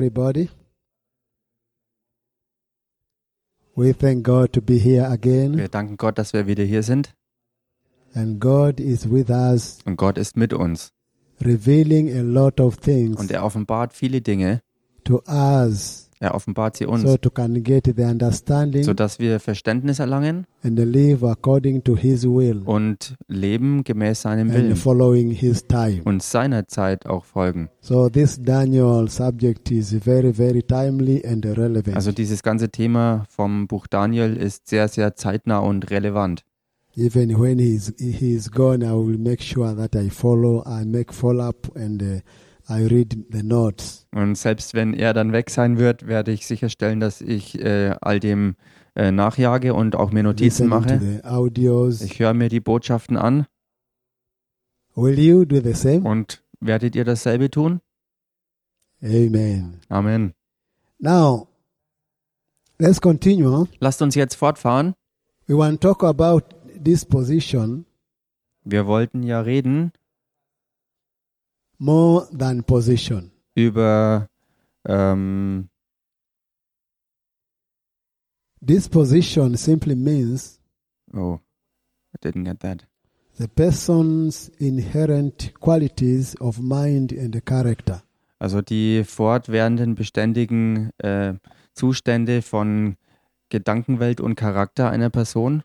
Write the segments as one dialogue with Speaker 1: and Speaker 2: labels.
Speaker 1: everybody. We thank God to be here again,
Speaker 2: Wir danken Gott, dass wir wieder hier sind
Speaker 1: and God is with us,
Speaker 2: und Gott ist mit uns.
Speaker 1: revealing a lot of
Speaker 2: Und
Speaker 1: things
Speaker 2: er offenbart viele Dinge,
Speaker 1: to us
Speaker 2: er offenbart sie
Speaker 1: so
Speaker 2: uns,
Speaker 1: to can get the understanding
Speaker 2: sodass wir Verständnis erlangen
Speaker 1: and live according to His will
Speaker 2: und leben gemäß seinem
Speaker 1: and
Speaker 2: Willen
Speaker 1: following His time.
Speaker 2: und seiner Zeit auch folgen.
Speaker 1: So this Daniel subject is very, very timely and
Speaker 2: Also
Speaker 1: relevant.
Speaker 2: dieses ganze Thema vom Buch Daniel ist sehr, sehr zeitnah und relevant.
Speaker 1: Even when he is, he is gone, I will make sure that I follow, I make follow up, and uh, I read the notes.
Speaker 2: Und selbst wenn er dann weg sein wird, werde ich sicherstellen, dass ich äh, all dem äh, nachjage und auch mir
Speaker 1: Listen
Speaker 2: Notizen
Speaker 1: to
Speaker 2: mache.
Speaker 1: the audios.
Speaker 2: Ich höre mir die Botschaften an
Speaker 1: Will you do the same?
Speaker 2: und werdet ihr dasselbe tun?
Speaker 1: Amen.
Speaker 2: Amen.
Speaker 1: Now, let's continue.
Speaker 2: Lasst uns jetzt fortfahren.
Speaker 1: We want to talk about this position
Speaker 2: Wir wollten ja reden
Speaker 1: more than position.
Speaker 2: über ähm,
Speaker 1: This position simply means
Speaker 2: oh, I didn't get that.
Speaker 1: the person's inherent qualities of mind and character.
Speaker 2: Also die fortwährenden beständigen äh, Zustände von Gedankenwelt und Charakter einer Person.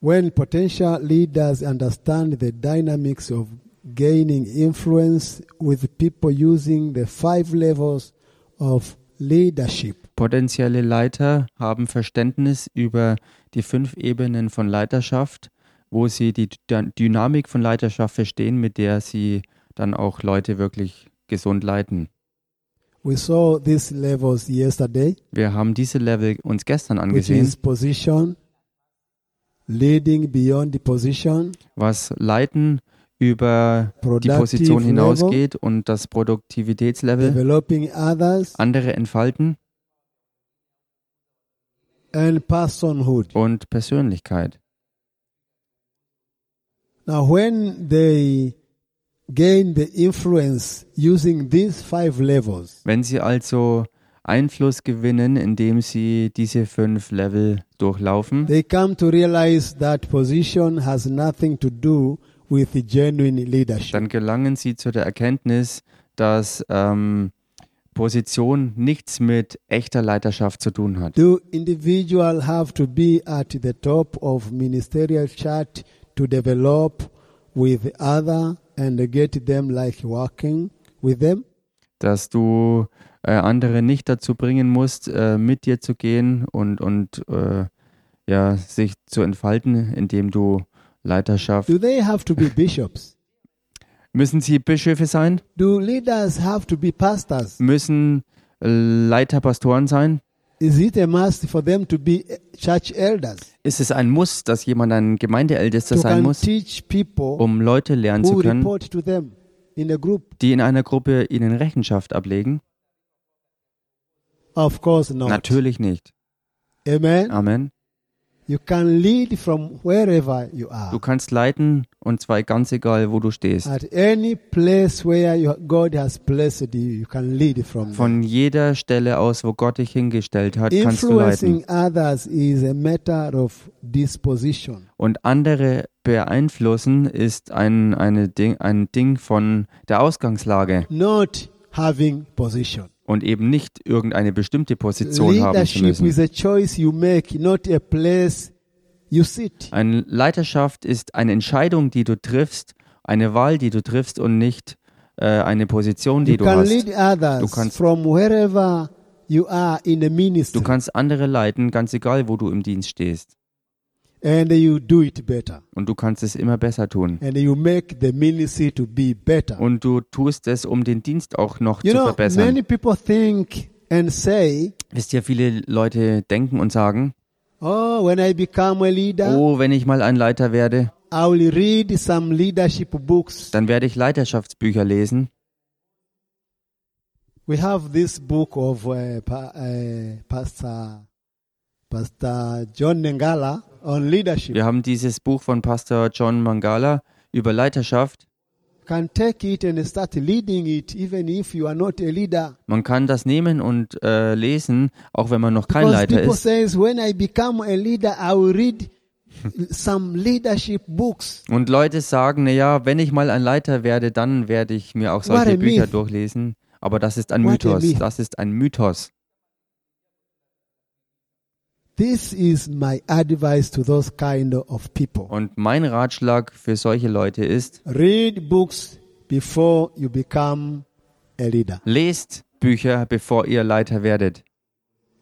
Speaker 1: When potential leaders understand the dynamics of gaining influence with people using the five levels of leadership,
Speaker 2: Potenzielle Leiter haben Verständnis über die fünf Ebenen von Leiterschaft, wo sie die Dy Dynamik von Leiterschaft verstehen, mit der sie dann auch Leute wirklich gesund leiten.
Speaker 1: we saw these levels yesterday,
Speaker 2: Wir haben diese Level uns gestern
Speaker 1: which
Speaker 2: angesehen,
Speaker 1: is position, leading beyond the position,
Speaker 2: was Leiten über die
Speaker 1: productive
Speaker 2: Position
Speaker 1: level,
Speaker 2: hinausgeht und das Produktivitätslevel
Speaker 1: developing others,
Speaker 2: andere entfalten
Speaker 1: and personhood.
Speaker 2: und Persönlichkeit.
Speaker 1: Now, when they gain the influence using these five levels,
Speaker 2: Wenn sie also Einfluss gewinnen, indem sie diese fünf Level durchlaufen,
Speaker 1: they come to realize that position has nothing to do with genuine leadership.
Speaker 2: dann gelangen sie zu der Erkenntnis, dass ähm, Position nichts mit echter Leiterschaft zu tun hat.
Speaker 1: Do individual have to be at the top of ministerial chart to develop with other and get them like working with them?
Speaker 2: dass du äh, andere nicht dazu bringen musst, äh, mit dir zu gehen und, und äh, ja, sich zu entfalten, indem du Leiterschaft.
Speaker 1: Do they have to be bishops?
Speaker 2: Müssen sie Bischöfe sein?
Speaker 1: Do leaders have to be pastors?
Speaker 2: Müssen Leiter Pastoren sein?
Speaker 1: Is it a must for them to be church elders?
Speaker 2: Ist es ein Muss, dass jemand ein Gemeindeältester
Speaker 1: to
Speaker 2: sein
Speaker 1: can
Speaker 2: muss,
Speaker 1: teach people
Speaker 2: um Leute lernen zu
Speaker 1: who
Speaker 2: können,
Speaker 1: report to them in a group?
Speaker 2: die in einer Gruppe ihnen Rechenschaft ablegen?
Speaker 1: Of course not.
Speaker 2: Natürlich nicht.
Speaker 1: Amen.
Speaker 2: Amen.
Speaker 1: You can lead from wherever you are.
Speaker 2: Du kannst leiten und zwar ganz egal, wo du stehst.
Speaker 1: At any place where you, God has placed you, you can lead from. there.
Speaker 2: Von jeder Stelle aus, wo Gott dich hingestellt hat, kannst du leiten.
Speaker 1: Influencing others is a matter of disposition.
Speaker 2: Und andere beeinflussen ist ein, eine Ding, ein Ding von der Ausgangslage
Speaker 1: Not having position.
Speaker 2: und eben nicht irgendeine bestimmte Position haben zu
Speaker 1: Leadership
Speaker 2: müssen.
Speaker 1: is a choice you make, not a place you sit.
Speaker 2: Eine Leiterschaft ist eine Entscheidung, die du triffst, eine Wahl, die du triffst und nicht äh, eine Position, die
Speaker 1: You
Speaker 2: du
Speaker 1: can
Speaker 2: hast.
Speaker 1: lead
Speaker 2: Du
Speaker 1: others
Speaker 2: kannst-
Speaker 1: from wherever you are in the
Speaker 2: Du
Speaker 1: ministry.
Speaker 2: kannst andere leiten, ganz egal, wo du im Dienst stehst.
Speaker 1: and you do it better
Speaker 2: Und du kannst es immer besser tun.
Speaker 1: and you make the ministry to be better
Speaker 2: Und du tust es, um den Dienst auch noch
Speaker 1: you
Speaker 2: zu
Speaker 1: know
Speaker 2: verbessern.
Speaker 1: many people think and say
Speaker 2: Wisst ihr, viele Leute denken und sagen,
Speaker 1: oh when i become a leader
Speaker 2: oh, wenn ich mal ein Leiter werde,
Speaker 1: i will read some leadership books
Speaker 2: Dann werde ich Leiterschaftsbücher lesen.
Speaker 1: we have this book of uh, pa- uh, pastor pastor john nengala on leadership
Speaker 2: Wir haben dieses Buch von Pastor John Mangala über Leiterschaft
Speaker 1: can take it and start leading it, even if you are not a leader.
Speaker 2: Man kann das nehmen und äh, lesen, auch wenn man noch kein
Speaker 1: Because
Speaker 2: Leiter
Speaker 1: people
Speaker 2: ist.
Speaker 1: says, when I become a leader, I will read some leadership books.
Speaker 2: Und Leute sagen, naja, wenn ich mal ein Leiter werde, dann werde ich mir auch solche
Speaker 1: What a
Speaker 2: Bücher
Speaker 1: myth.
Speaker 2: durchlesen. Aber das ist ein
Speaker 1: What a
Speaker 2: Mythos.
Speaker 1: myth.
Speaker 2: Das ist ein Mythos.
Speaker 1: This is my advice to those kind of people.
Speaker 2: Und mein Ratschlag für solche Leute ist,
Speaker 1: Read books before you become a leader.
Speaker 2: lest Bücher, bevor ihr Leiter werdet.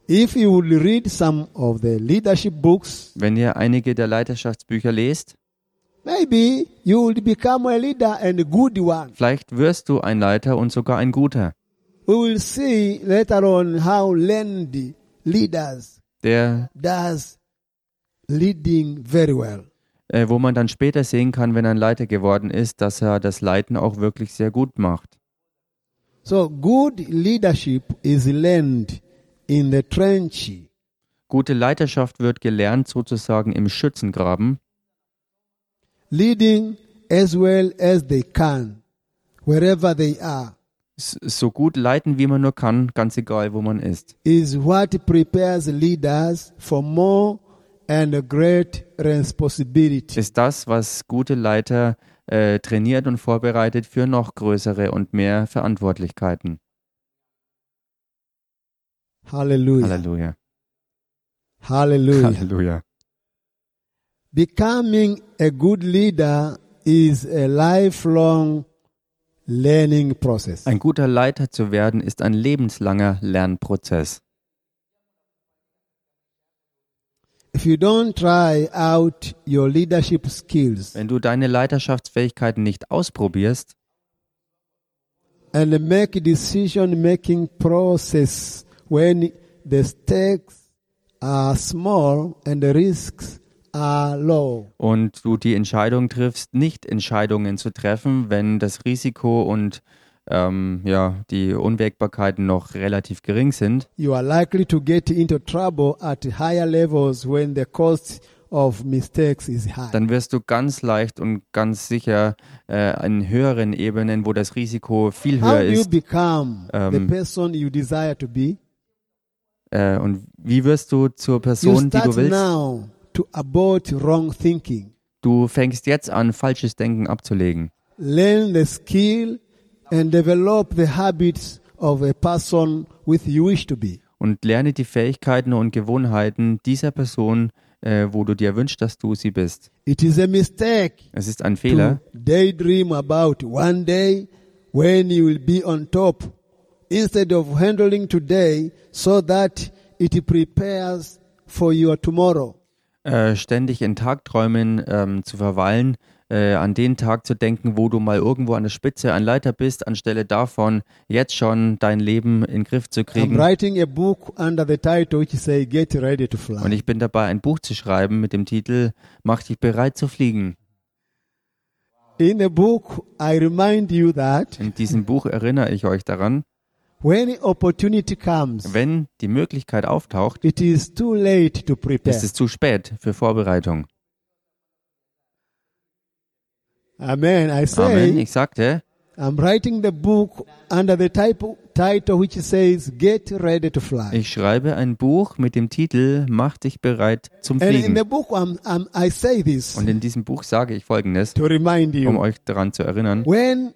Speaker 1: If you will read some of the leadership books,
Speaker 2: Wenn ihr einige der Leiterschaftsbücher lest,
Speaker 1: maybe you will become a leader and a good one.
Speaker 2: vielleicht wirst du ein Leiter und sogar ein guter.
Speaker 1: We will see later on how learned leaders
Speaker 2: Der,
Speaker 1: does leading very well.
Speaker 2: äh, wo man dann später sehen kann, wenn ein Leiter geworden ist, dass er das Leiten auch wirklich sehr gut macht.
Speaker 1: So good leadership is learned in the trench.
Speaker 2: Gute Leiterschaft wird gelernt sozusagen im Schützengraben.
Speaker 1: leading as well as they can, wherever they are,
Speaker 2: S- So gut leiten, wie man nur kann, ganz egal, wo man ist.
Speaker 1: is what prepares leaders for more and a great responsibility.
Speaker 2: Ist das, was gute Leiter äh, trainiert und vorbereitet für noch größere und mehr Verantwortlichkeiten.
Speaker 1: Hallelujah.
Speaker 2: Halleluja.
Speaker 1: Hallelujah.
Speaker 2: Halleluja.
Speaker 1: Becoming a good leader is a lifelong learning process.
Speaker 2: Ein guter Leiter zu werden ist ein lebenslanger Lernprozess.
Speaker 1: If you don't try out your leadership skills
Speaker 2: Wenn du deine Leiterschaftsfähigkeiten nicht ausprobierst
Speaker 1: and make decision making process when the stakes are small and the risks are low.
Speaker 2: und du die Entscheidung triffst, nicht Entscheidungen zu treffen, wenn das Risiko und ähm, ja, die Unwägbarkeiten noch relativ gering sind,
Speaker 1: You are likely to get into trouble at higher levels when the cost of mistakes is high.
Speaker 2: dann wirst du ganz leicht und ganz sicher äh, in höheren Ebenen, wo das Risiko viel
Speaker 1: How
Speaker 2: höher
Speaker 1: do you
Speaker 2: ist.
Speaker 1: become the
Speaker 2: ähm,
Speaker 1: person you desire to be?
Speaker 2: Äh, und wie wirst du zur
Speaker 1: You
Speaker 2: Person, die
Speaker 1: start
Speaker 2: du willst?
Speaker 1: now to abort wrong thinking.
Speaker 2: Du fängst jetzt an, falsches Denken abzulegen.
Speaker 1: learn the skill and develop the habits of a person with you wish to be.
Speaker 2: Und lerne die Fähigkeiten und Gewohnheiten dieser Person, äh, wo du dir wünschst, dass du sie bist.
Speaker 1: It is a mistake
Speaker 2: Es ist ein Fehler,
Speaker 1: to daydream about one day when you will be on top instead of handling today so that it prepares for your tomorrow.
Speaker 2: äh, ständig in Tagträumen ähm, zu verweilen, äh, an den Tag zu denken, wo du mal irgendwo an der Spitze ein Leiter bist, anstelle davon, jetzt schon dein Leben in den Griff zu
Speaker 1: I'm
Speaker 2: kriegen.
Speaker 1: writing a book under the title which say Get Ready to
Speaker 2: Und
Speaker 1: Fly.
Speaker 2: ich bin dabei, ein Buch zu schreiben mit dem Titel Mach dich bereit zu fliegen.
Speaker 1: In the book, I remind you that
Speaker 2: In diesem Buch erinnere ich euch daran,
Speaker 1: when opportunity comes,
Speaker 2: wenn die Möglichkeit auftaucht,
Speaker 1: it is too late to prepare.
Speaker 2: ist es zu spät für Vorbereitung.
Speaker 1: Amen. I say,
Speaker 2: Amen. Ich sagte,
Speaker 1: I'm writing the book under the type, title which says Get Ready to Fly.
Speaker 2: ich schreibe ein Buch mit dem Titel Mach dich bereit zum
Speaker 1: and Äh, in
Speaker 2: Fliegen.
Speaker 1: the book, I'm, I'm, I say this
Speaker 2: Und in diesem Buch sage ich Folgendes,
Speaker 1: to remind
Speaker 2: um
Speaker 1: you.
Speaker 2: euch daran zu erinnern.
Speaker 1: When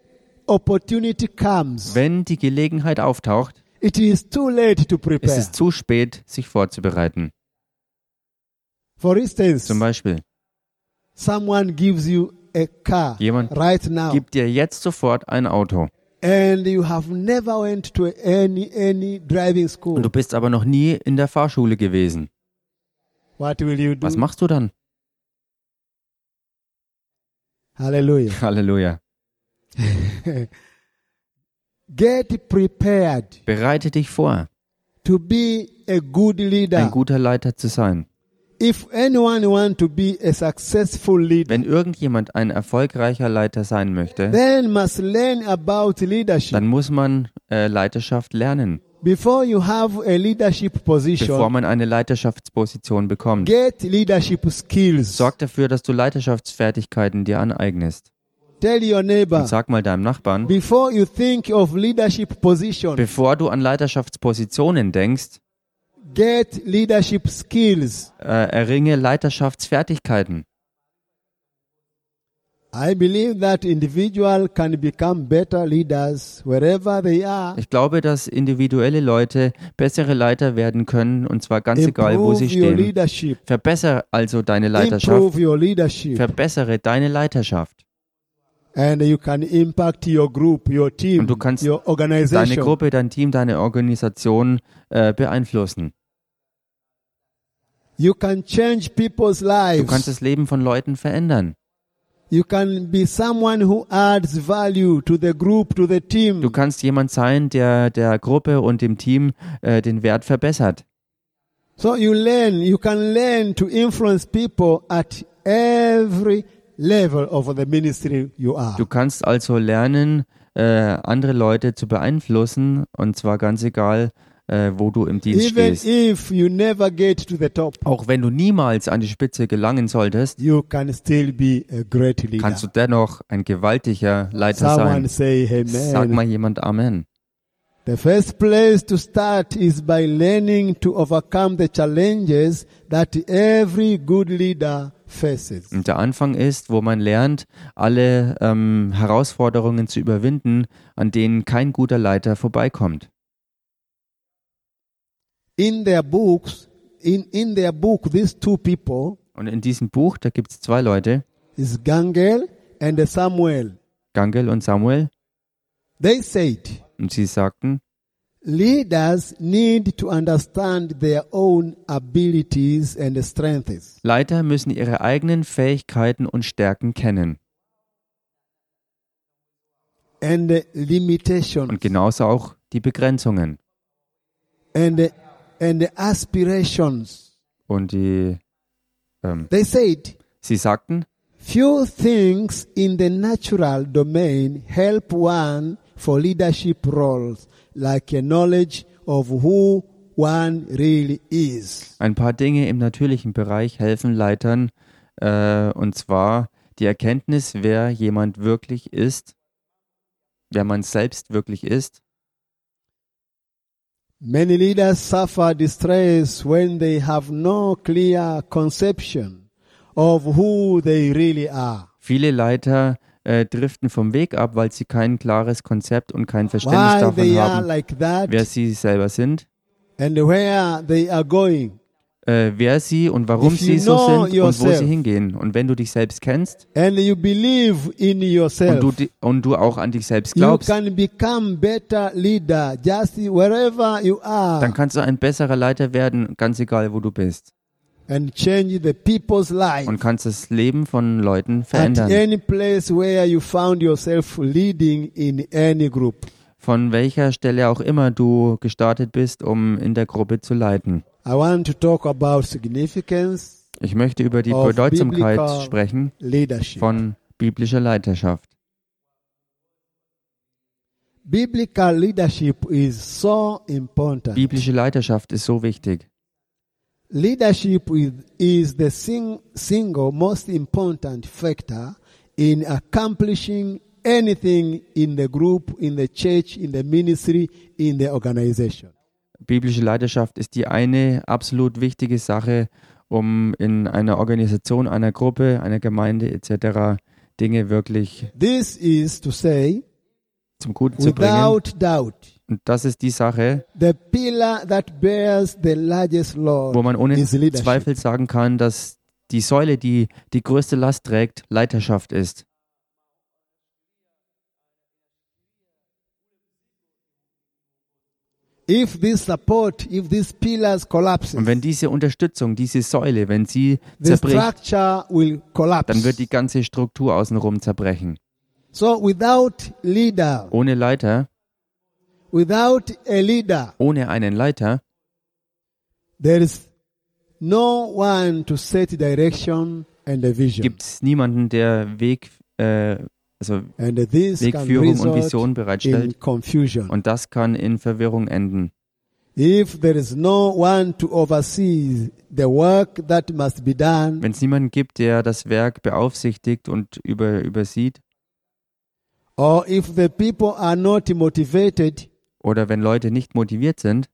Speaker 1: opportunity comes,
Speaker 2: Wenn die Gelegenheit auftaucht,
Speaker 1: it is too late to
Speaker 2: ist
Speaker 1: prepare.
Speaker 2: es zu spät, sich vorzubereiten.
Speaker 1: For instance,
Speaker 2: Zum Beispiel,
Speaker 1: someone gives you a car
Speaker 2: Jemand
Speaker 1: right now,
Speaker 2: gib dir jetzt sofort ein Auto.
Speaker 1: and you have never went to any, any driving school.
Speaker 2: Und du bist aber noch nie in der Fahrschule gewesen.
Speaker 1: What will you do?
Speaker 2: Was machst du dann?
Speaker 1: Hallelujah.
Speaker 2: Halleluja.
Speaker 1: Get prepared
Speaker 2: Bereite dich vor,
Speaker 1: to be a good leader.
Speaker 2: ein guter Leiter zu sein.
Speaker 1: If anyone want to be a successful leader,
Speaker 2: Wenn irgendjemand ein erfolgreicher Leiter sein möchte,
Speaker 1: then must learn about leadership.
Speaker 2: dann muss man äh, Leiterschaft lernen,
Speaker 1: Before you have a leadership
Speaker 2: bevor
Speaker 1: position,
Speaker 2: man eine Leiterschaftsposition bekommt.
Speaker 1: get leadership skills.
Speaker 2: Sorg dafür, dass du Leiterschaftsfertigkeiten dir aneignest.
Speaker 1: Tell your neighbor
Speaker 2: Und sag mal deinem Nachbarn,
Speaker 1: before you think of leadership position,
Speaker 2: bevor du an Leiterschaftspositionen denkst,
Speaker 1: get leadership skills.
Speaker 2: äh, erringe Leiterschaftsfertigkeiten.
Speaker 1: I believe that individual can become better leaders wherever they are.
Speaker 2: Ich glaube, dass individuelle Leute bessere Leiter werden können, und zwar ganz egal, wo
Speaker 1: Improve
Speaker 2: sie
Speaker 1: your
Speaker 2: stehen.
Speaker 1: leadership.
Speaker 2: Verbessere also deine Leiterschaft.
Speaker 1: Improve your leadership.
Speaker 2: Verbessere deine Leiterschaft.
Speaker 1: And you can impact your group, your team,
Speaker 2: Und du kannst
Speaker 1: your
Speaker 2: Deine
Speaker 1: organization.
Speaker 2: Gruppe, dein Team, deine Organisation äh, beeinflussen.
Speaker 1: You can change people's
Speaker 2: Du kannst
Speaker 1: lives.
Speaker 2: das Leben von Leuten verändern.
Speaker 1: You can be someone who adds value to the group, to the
Speaker 2: Du
Speaker 1: team.
Speaker 2: kannst jemand sein, der der Gruppe und dem Team äh, den Wert verbessert.
Speaker 1: So you learn, you can learn to influence people at every level of the ministry you are.
Speaker 2: Du kannst also lernen, äh, andere Leute zu beeinflussen, und zwar ganz egal, äh, wo du im Dienst
Speaker 1: Even
Speaker 2: stehst.
Speaker 1: if you never get to the top,
Speaker 2: Auch wenn du niemals an die Spitze gelangen solltest,
Speaker 1: you can still be a great leader.
Speaker 2: kannst du dennoch ein gewaltiger Leiter
Speaker 1: Someone
Speaker 2: sein.
Speaker 1: say
Speaker 2: Sag
Speaker 1: amen.
Speaker 2: mal jemand Amen.
Speaker 1: The first place to start is by learning to overcome the challenges that every good leader faces.
Speaker 2: Und der Anfang ist, wo man lernt, alle ähm, Herausforderungen zu überwinden, an denen kein guter Leiter vorbeikommt.
Speaker 1: In their books, in, in their book, these two people
Speaker 2: Und in diesem Buch, da gibt es zwei Leute,
Speaker 1: is Gangel and Samuel.
Speaker 2: Gangel und Samuel,
Speaker 1: They said
Speaker 2: und sie sagten,
Speaker 1: leaders need to understand their own abilities and strengths.
Speaker 2: Leiter müssen ihre eigenen Fähigkeiten und Stärken kennen
Speaker 1: and limitations
Speaker 2: und genauso auch die Begrenzungen
Speaker 1: and and aspirations.
Speaker 2: und die. Ähm,
Speaker 1: They said
Speaker 2: sie sagten,
Speaker 1: few things in the natural domain help one for leadership roles, like a knowledge of who one really is.
Speaker 2: ein paar Dinge im natürlichen Bereich helfen Leitern, äh, und zwar die Erkenntnis, wer jemand wirklich ist, wer man selbst wirklich ist.
Speaker 1: Many leaders suffer distress when they have no clear conception of who they really are.
Speaker 2: Viele Leiter äh, driften vom Weg ab, weil sie kein klares Konzept und kein Verständnis
Speaker 1: Why they
Speaker 2: davon
Speaker 1: are
Speaker 2: haben,
Speaker 1: like that
Speaker 2: wer sie selber sind,
Speaker 1: and where they are going.
Speaker 2: äh, wer sie und warum
Speaker 1: If you
Speaker 2: sie so
Speaker 1: know
Speaker 2: sind und wo
Speaker 1: yourself.
Speaker 2: sie hingehen. Und wenn du dich selbst kennst
Speaker 1: And you believe in
Speaker 2: und
Speaker 1: yourself.
Speaker 2: du, di- und du auch an dich selbst
Speaker 1: You
Speaker 2: glaubst,
Speaker 1: can become better leader just wherever you
Speaker 2: dann
Speaker 1: are
Speaker 2: kannst du ein besserer Leiter werden, ganz egal wo du bist.
Speaker 1: and change the people's life
Speaker 2: Und kannst das Leben von Leuten
Speaker 1: at
Speaker 2: verändern.
Speaker 1: any place where you found yourself leading in any group.
Speaker 2: Von welcher Stelle auch immer du gestartet bist, um in der Gruppe zu leiten.
Speaker 1: I want to talk about significance
Speaker 2: Ich möchte über die
Speaker 1: Of
Speaker 2: Bedeutsamkeit
Speaker 1: biblical
Speaker 2: sprechen
Speaker 1: leadership.
Speaker 2: von biblischer Leiterschaft.
Speaker 1: Biblical leadership is so important.
Speaker 2: Biblische Leiterschaft ist so wichtig.
Speaker 1: Leadership is, is the sing, single most important factor in accomplishing anything in the group, in the church, in the ministry, in the organization.
Speaker 2: Biblische Leiterschaft ist die eine absolut wichtige Sache, um in einer Organisation, einer Gruppe, einer Gemeinde etc. Dinge wirklich
Speaker 1: This is to say,
Speaker 2: zum Guten zu bringen.
Speaker 1: without doubt,
Speaker 2: Und das ist die Sache,
Speaker 1: the pillar that bears the largest
Speaker 2: wo
Speaker 1: load
Speaker 2: man ohne
Speaker 1: is leadership.
Speaker 2: Zweifel sagen kann, dass die Säule, die die größte Last trägt, Leiterschaft ist.
Speaker 1: If this support, if these pillars collapse,
Speaker 2: Und wenn diese Unterstützung, diese Säule, wenn sie
Speaker 1: the
Speaker 2: zerbricht,
Speaker 1: structure will
Speaker 2: dann
Speaker 1: collapse.
Speaker 2: wird die ganze Struktur außenrum zerbrechen.
Speaker 1: So without leader,
Speaker 2: Ohne Leiter,
Speaker 1: without a leader,
Speaker 2: ohne einen Leiter,
Speaker 1: There is no one to set direction and a vision.
Speaker 2: gibt es niemanden, der Weg, äh, also
Speaker 1: And this can
Speaker 2: Wegführung und
Speaker 1: result
Speaker 2: Vision
Speaker 1: in
Speaker 2: bereitstellt.
Speaker 1: confusion.
Speaker 2: Und das kann in Verwirrung enden.
Speaker 1: If there is no one to oversee the work that must be done,
Speaker 2: Wenn es niemanden gibt, der das Werk beaufsichtigt und über, übersieht,
Speaker 1: Or if the people are not motivated,
Speaker 2: Oder wenn Leute nicht motiviert sind,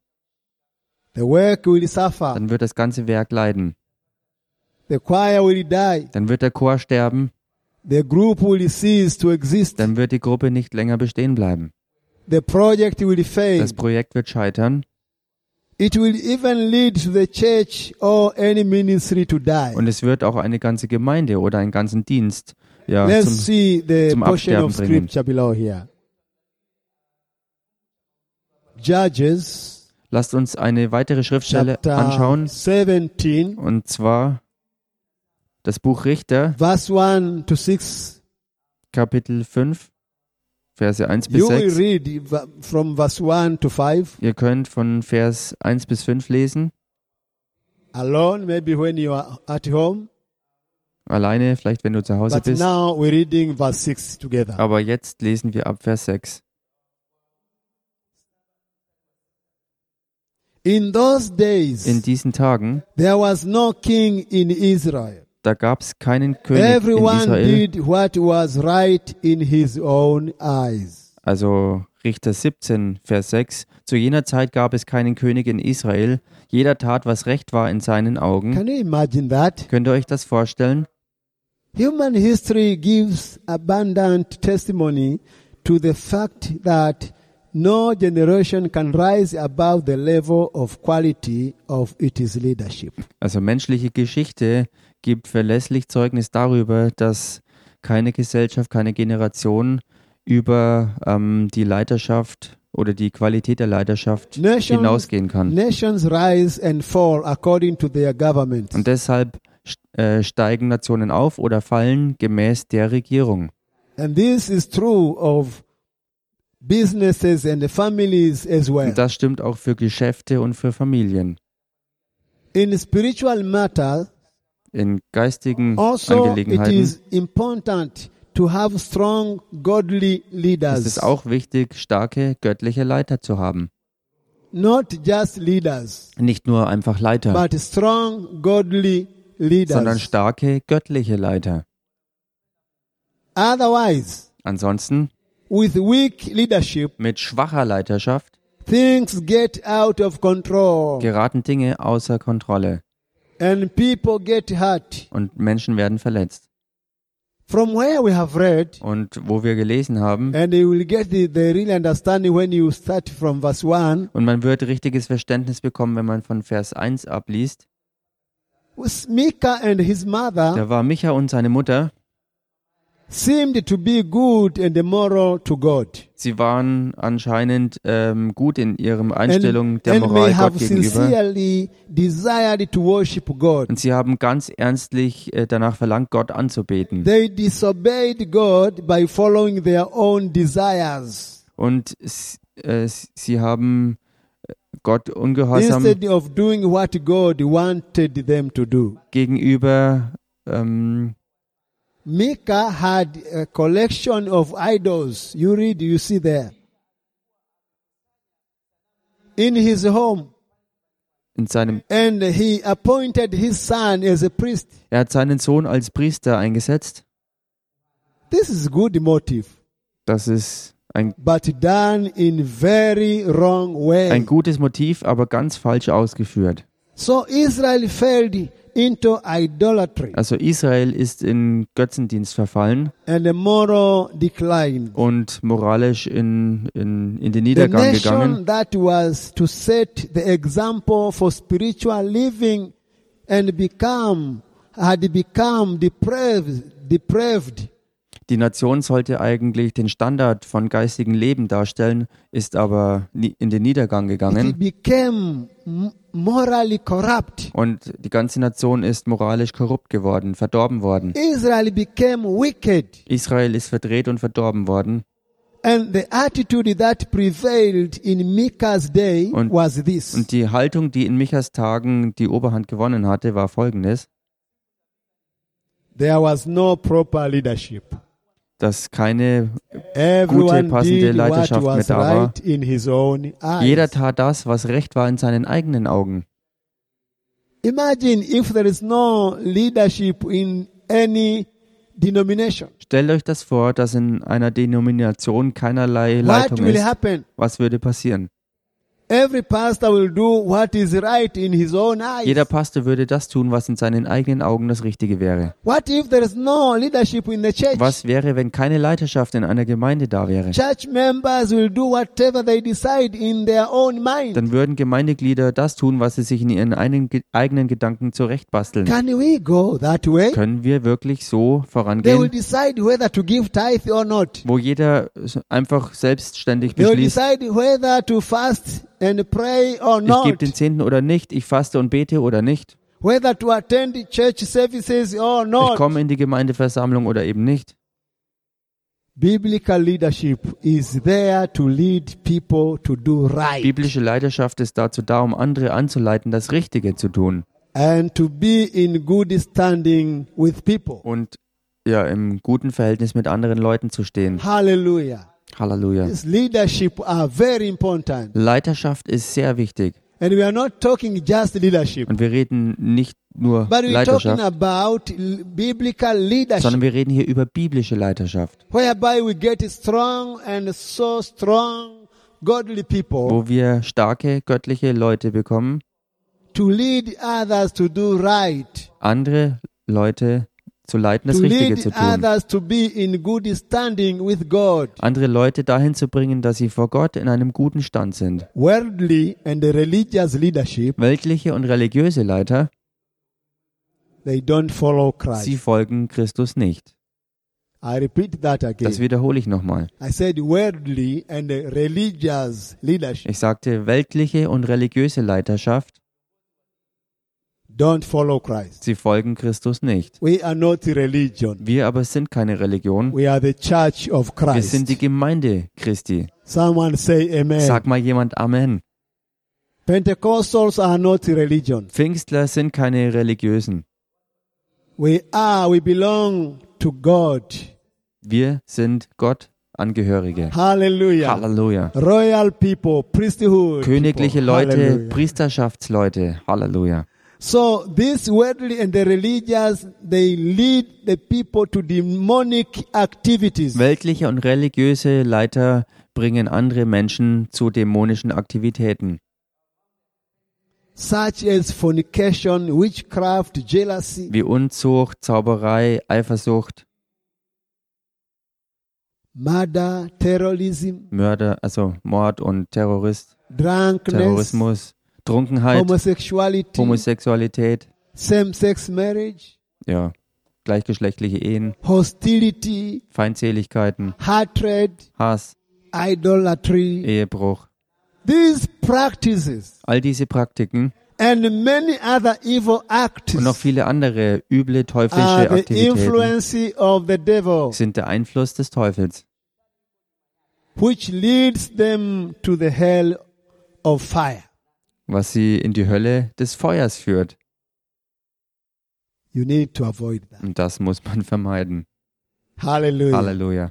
Speaker 1: the work will suffer,
Speaker 2: dann wird das ganze Werk leiden.
Speaker 1: the choir will die,
Speaker 2: Dann wird der Chor sterben,
Speaker 1: the group will cease to exist,
Speaker 2: dann wird die Gruppe nicht länger bestehen bleiben.
Speaker 1: the project will fail.
Speaker 2: Das Projekt wird scheitern
Speaker 1: It will even lead to the church or any ministry to die.
Speaker 2: und es wird auch eine ganze Gemeinde oder einen ganzen Dienst ja,
Speaker 1: Let's
Speaker 2: zum,
Speaker 1: see the
Speaker 2: zum
Speaker 1: portion
Speaker 2: Absterben
Speaker 1: of
Speaker 2: bringen.
Speaker 1: scripture below here. Judges
Speaker 2: Lasst uns eine weitere Schriftstelle
Speaker 1: chapter
Speaker 2: anschauen,
Speaker 1: 17,
Speaker 2: und zwar das Buch Richter,
Speaker 1: verse 1 to 6.
Speaker 2: Kapitel 5, Verse 1 bis
Speaker 1: You will
Speaker 2: 6.
Speaker 1: read va- from verse 1 to 5
Speaker 2: Ihr könnt von Vers 1 bis 5 lesen,
Speaker 1: alone, maybe when you are at home.
Speaker 2: alleine, vielleicht wenn du zu Hause
Speaker 1: But
Speaker 2: bist.
Speaker 1: now we're reading verse 6 together.
Speaker 2: Aber jetzt lesen wir ab Vers 6.
Speaker 1: In those days,
Speaker 2: In diesen Tagen,
Speaker 1: there was no king in Israel.
Speaker 2: da gab es keinen König in
Speaker 1: Everyone
Speaker 2: Israel.
Speaker 1: did what was right in his own eyes.
Speaker 2: Also Richter 17, Vers 6. Zu jener Zeit gab es keinen König in Israel. Jeder tat, was recht war in seinen Augen.
Speaker 1: Can you imagine that?
Speaker 2: Könnt ihr euch das vorstellen?
Speaker 1: Human history gives abundant testimony to the fact that no generation can rise above the level of quality of its leadership.
Speaker 2: Also menschliche Geschichte gibt verlässlich Zeugnis darüber, dass keine Gesellschaft, keine Generation über ähm, die Leiterschaft oder die Qualität der Leiterschaft
Speaker 1: Nations,
Speaker 2: hinausgehen kann.
Speaker 1: nations rise and fall according to their governments.
Speaker 2: Und deshalb st- äh, steigen Nationen auf oder fallen gemäß der Regierung.
Speaker 1: And this is true of businesses and families as well.
Speaker 2: Und das stimmt auch für Geschäfte und für Familien.
Speaker 1: In spiritual matter,
Speaker 2: In geistigen
Speaker 1: also it
Speaker 2: Angelegenheiten
Speaker 1: is important to have strong godly
Speaker 2: ist
Speaker 1: leaders.
Speaker 2: es auch wichtig, starke göttliche Leiter zu haben.
Speaker 1: Not just leaders,
Speaker 2: Nicht nur einfach Leiter,
Speaker 1: but strong godly leaders.
Speaker 2: sondern starke göttliche Leiter.
Speaker 1: Otherwise,
Speaker 2: Ansonsten
Speaker 1: with weak leadership,
Speaker 2: mit schwacher Leiterschaft
Speaker 1: things get out of control
Speaker 2: geraten Dinge außer Kontrolle
Speaker 1: and people get hurt.
Speaker 2: und Menschen werden verletzt.
Speaker 1: From where we have read,
Speaker 2: Und wo wir gelesen haben,
Speaker 1: and you will get the, the real understanding when you start from verse 1,
Speaker 2: und man wird richtiges Verständnis bekommen, wenn man von Vers 1 abliest,
Speaker 1: was Micah and his mother
Speaker 2: da war Micha und seine Mutter,
Speaker 1: seemed to be good and moral to God.
Speaker 2: sie waren anscheinend ähm, gut in ihrem
Speaker 1: And,
Speaker 2: Einstellung der
Speaker 1: and they
Speaker 2: Moral
Speaker 1: have
Speaker 2: Gott gegenüber.
Speaker 1: sincerely desired to worship God.
Speaker 2: Und sie haben ganz ernstlich äh, danach verlangt, Gott anzubeten.
Speaker 1: They disobeyed God by following their own desires
Speaker 2: Und s- äh, s- sie haben äh, Gott ungehorsam
Speaker 1: instead of doing what God wanted them to do.
Speaker 2: gegenüber ähm,
Speaker 1: Micah had a collection of idols. You read, you see there. In his home,
Speaker 2: in seinem
Speaker 1: and he appointed his son as a priest.
Speaker 2: er hat seinen Sohn als Priester eingesetzt.
Speaker 1: This is good motive,
Speaker 2: Das ist ein,
Speaker 1: but done in very wrong way.
Speaker 2: ein gutes Motiv, aber ganz falsch ausgeführt.
Speaker 1: So Israel fell into idolatry.
Speaker 2: Also Israel ist in Götzendienst verfallen
Speaker 1: and a moral decline.
Speaker 2: und moralisch in, in, in den
Speaker 1: The
Speaker 2: Niedergang
Speaker 1: nation
Speaker 2: gegangen.
Speaker 1: that was to set the example for spiritual living and become had become depraved, depraved.
Speaker 2: Die Nation sollte eigentlich den Standard von geistigem Leben darstellen, ist aber nie- in den Niedergang
Speaker 1: It
Speaker 2: gegangen.
Speaker 1: became m- morally corrupt.
Speaker 2: Und die ganze Nation ist moralisch korrupt geworden, verdorben worden.
Speaker 1: Israel became wicked,
Speaker 2: Israel ist verdreht und verdorben worden.
Speaker 1: and the attitude that prevailed in Micah's day
Speaker 2: Und-
Speaker 1: was this:
Speaker 2: Und die Haltung, die in Michas Tagen die Oberhand gewonnen hatte, war folgendes,
Speaker 1: there was no proper leadership.
Speaker 2: dass keine,
Speaker 1: Everyone
Speaker 2: passende
Speaker 1: did what
Speaker 2: Leiterschaft
Speaker 1: was
Speaker 2: mit da war.
Speaker 1: right in his own eyes.
Speaker 2: jeder tat das, was recht war in seinen eigenen Augen.
Speaker 1: Imagine if there is no leadership in any denomination.
Speaker 2: Stellt euch das vor, dass in einer Denomination keinerlei
Speaker 1: What
Speaker 2: Leitung
Speaker 1: will
Speaker 2: ist.
Speaker 1: happen?
Speaker 2: Was würde passieren?
Speaker 1: Every pastor will do what is right in his own eyes.
Speaker 2: Jeder Pastor würde das tun, was in seinen eigenen Augen das Richtige wäre.
Speaker 1: What if there is no leadership in the church?
Speaker 2: Was wäre, wenn keine Leiterschaft in einer Gemeinde da wäre?
Speaker 1: Church members will do whatever they decide in their own mind.
Speaker 2: Dann würden Gemeindeglieder das tun, was sie sich in ihren einen, ge- eigenen Gedanken zurechtbasteln.
Speaker 1: Can we go that way?
Speaker 2: Können wir wirklich
Speaker 1: They
Speaker 2: so
Speaker 1: will
Speaker 2: vorangehen,
Speaker 1: decide whether to give tithe or not.
Speaker 2: wo jeder so einfach selbstständig
Speaker 1: They will
Speaker 2: beschließt,
Speaker 1: decide whether to fast and pray or
Speaker 2: ich
Speaker 1: not.
Speaker 2: gebe den Zehnten oder nicht, ich faste und bete oder nicht,
Speaker 1: Whether to attend church services or
Speaker 2: ich
Speaker 1: not.
Speaker 2: komme in die Gemeindeversammlung oder eben nicht.
Speaker 1: Biblical leadership is there to lead people to do right
Speaker 2: Biblische Leidenschaft ist dazu da, um andere anzuleiten, das Richtige zu tun
Speaker 1: and to be in good standing with people.
Speaker 2: und ja, im guten Verhältnis mit anderen Leuten zu stehen.
Speaker 1: Hallelujah.
Speaker 2: Halleluja.
Speaker 1: Yes, leadership are very important.
Speaker 2: Leiterschaft ist sehr wichtig
Speaker 1: And we are not talking just leadership,
Speaker 2: und wir reden nicht nur
Speaker 1: but we're talking
Speaker 2: Leiterschaft,
Speaker 1: about l- biblical leadership,
Speaker 2: sondern wir reden hier über biblische Leiterschaft,
Speaker 1: whereby we get strong and so strong godly people
Speaker 2: wo wir starke göttliche Leute bekommen,
Speaker 1: to lead others to do right,
Speaker 2: andere Leute zu leiten,
Speaker 1: to
Speaker 2: das Richtige
Speaker 1: lead
Speaker 2: zu tun.
Speaker 1: others to be in good standing with God.
Speaker 2: andere Leute dahin zu bringen, dass sie vor Gott in einem guten Stand sind.
Speaker 1: Worldly and religious leadership,
Speaker 2: Weltliche und religiöse Leiter,
Speaker 1: they don't follow
Speaker 2: sie
Speaker 1: Christ.
Speaker 2: folgen Christus nicht.
Speaker 1: I repeat that
Speaker 2: Das
Speaker 1: again.
Speaker 2: wiederhole ich nochmal.
Speaker 1: I said worldly and religious leadership
Speaker 2: Ich sagte, weltliche und religiöse Leiterschaft,
Speaker 1: don't follow Christ.
Speaker 2: sie folgen Christus nicht.
Speaker 1: We are not religion.
Speaker 2: Wir aber sind keine Religion,
Speaker 1: We are the church of
Speaker 2: wir sind die
Speaker 1: Christ.
Speaker 2: Gemeinde Christi.
Speaker 1: Someone say amen.
Speaker 2: Sag mal jemand Amen.
Speaker 1: Pentecostals are not religion.
Speaker 2: Pfingstler sind keine Religiösen.
Speaker 1: We are, we belong to God.
Speaker 2: Wir sind Gott Angehörige.
Speaker 1: Hallelujah.
Speaker 2: Halleluja.
Speaker 1: Royal people, priesthood.
Speaker 2: Königliche
Speaker 1: people.
Speaker 2: Leute,
Speaker 1: Hallelujah.
Speaker 2: Priesterschaftsleute. Halleluja.
Speaker 1: So these worldly and the religious, they lead the people to demonic activities.
Speaker 2: Weltliche und religiöse Leiter bringen andere Menschen zu dämonischen Aktivitäten,
Speaker 1: Such as fornication, witchcraft, jealousy,
Speaker 2: wie Unzucht, Zauberei, Eifersucht,
Speaker 1: murder, terrorism,
Speaker 2: Mörder, also Mord und Terrorist,
Speaker 1: drunkenness,
Speaker 2: Terrorismus, Trunkenheit,
Speaker 1: homosexuality,
Speaker 2: Homosexualität,
Speaker 1: same-sex marriage,
Speaker 2: ja, gleichgeschlechtliche Ehen,
Speaker 1: hostility,
Speaker 2: Feindseligkeiten,
Speaker 1: hatred,
Speaker 2: Hass, Eh.
Speaker 1: idolatry.
Speaker 2: Ehebruch.
Speaker 1: These practices
Speaker 2: All diese Praktiken
Speaker 1: and many other evil acts
Speaker 2: und noch viele andere üble
Speaker 1: are
Speaker 2: teuflische
Speaker 1: the
Speaker 2: Aktivitäten
Speaker 1: influence of the devil,
Speaker 2: sind der Einfluss des Teufels,
Speaker 1: which leads them to the hell of fire.
Speaker 2: was sie in die Hölle des Feuers führt.
Speaker 1: You need to avoid that.
Speaker 2: Und das muss man vermeiden.
Speaker 1: Hallelujah.
Speaker 2: Halleluja.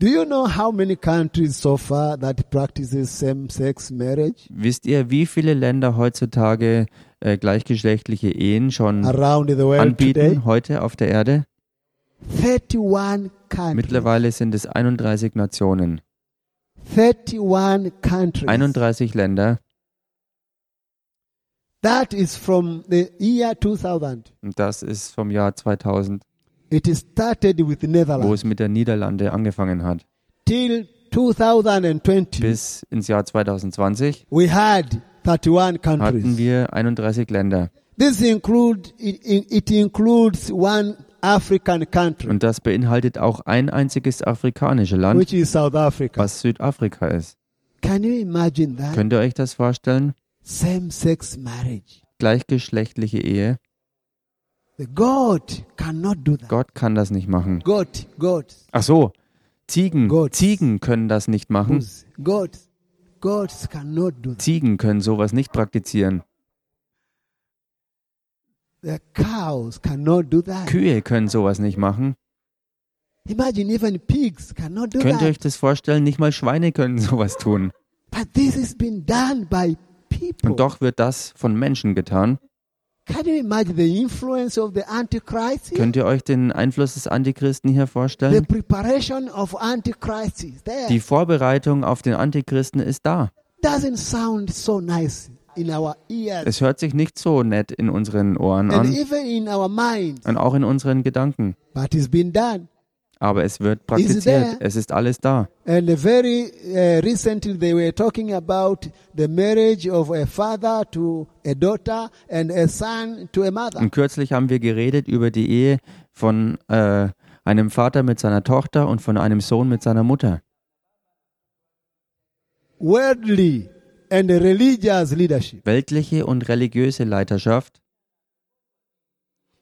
Speaker 1: Do you know how many countries so far that practices same-sex marriage
Speaker 2: Wisst ihr, wie viele Länder heutzutage äh, gleichgeschlechtliche Ehen schon
Speaker 1: around the world today?
Speaker 2: anbieten, heute auf der Erde?
Speaker 1: 31 countries.
Speaker 2: Mittlerweile sind es 31 Nationen,
Speaker 1: 31 countries.
Speaker 2: 31 Länder.
Speaker 1: That is from the year 2000.
Speaker 2: Und das ist vom Jahr 2000,
Speaker 1: It started with
Speaker 2: wo
Speaker 1: Netherlands
Speaker 2: es mit der Niederlande angefangen hat.
Speaker 1: till 2020.
Speaker 2: Bis ins Jahr 2020
Speaker 1: We had 31
Speaker 2: hatten
Speaker 1: countries.
Speaker 2: wir 31 Länder.
Speaker 1: This include it, it it includes one African country,
Speaker 2: Und das beinhaltet auch ein einziges afrikanisches Land,
Speaker 1: which is South Africa.
Speaker 2: was Südafrika ist.
Speaker 1: Can you imagine that?
Speaker 2: Könnt ihr euch das vorstellen?
Speaker 1: Same-sex marriage.
Speaker 2: Gleichgeschlechtliche Ehe.
Speaker 1: The God cannot do that.
Speaker 2: Gott kann das nicht machen.
Speaker 1: God, God,
Speaker 2: Ach so, Ziegen,
Speaker 1: Goats.
Speaker 2: Ziegen können das nicht machen.
Speaker 1: who's- God, gods cannot do that.
Speaker 2: Ziegen können sowas nicht praktizieren.
Speaker 1: The cows cannot do that.
Speaker 2: Kühe können sowas nicht machen.
Speaker 1: Imagine even pigs cannot do
Speaker 2: Könnt
Speaker 1: that.
Speaker 2: ihr euch das vorstellen? Nicht mal Schweine können sowas tun.
Speaker 1: But this has been done by people.
Speaker 2: Und doch wird das von Menschen getan.
Speaker 1: Can you imagine the influence of the Antichrist? here?
Speaker 2: Könnt ihr euch den Einfluss des Antichristen hier
Speaker 1: The
Speaker 2: vorstellen?
Speaker 1: preparation of Antichrist is there.
Speaker 2: Die Vorbereitung auf den Antichristen ist da.
Speaker 1: Doesn't sound so nice in our ears
Speaker 2: Es hört sich nicht so nett in unseren Ohren
Speaker 1: and
Speaker 2: an
Speaker 1: even in our minds,
Speaker 2: und auch in unseren Gedanken.
Speaker 1: but it's been done.
Speaker 2: Aber es wird
Speaker 1: there.
Speaker 2: praktiziert. Es ist alles da.
Speaker 1: And very uh, recently, they were talking about the marriage of a father to a daughter and a son to a mother.
Speaker 2: Und kürzlich haben wir geredet über die Ehe von äh, einem Vater mit seiner Tochter und von einem Sohn mit seiner Mutter.
Speaker 1: Worldly and religious leadership.
Speaker 2: Weltliche und religiöse Leiterschaft.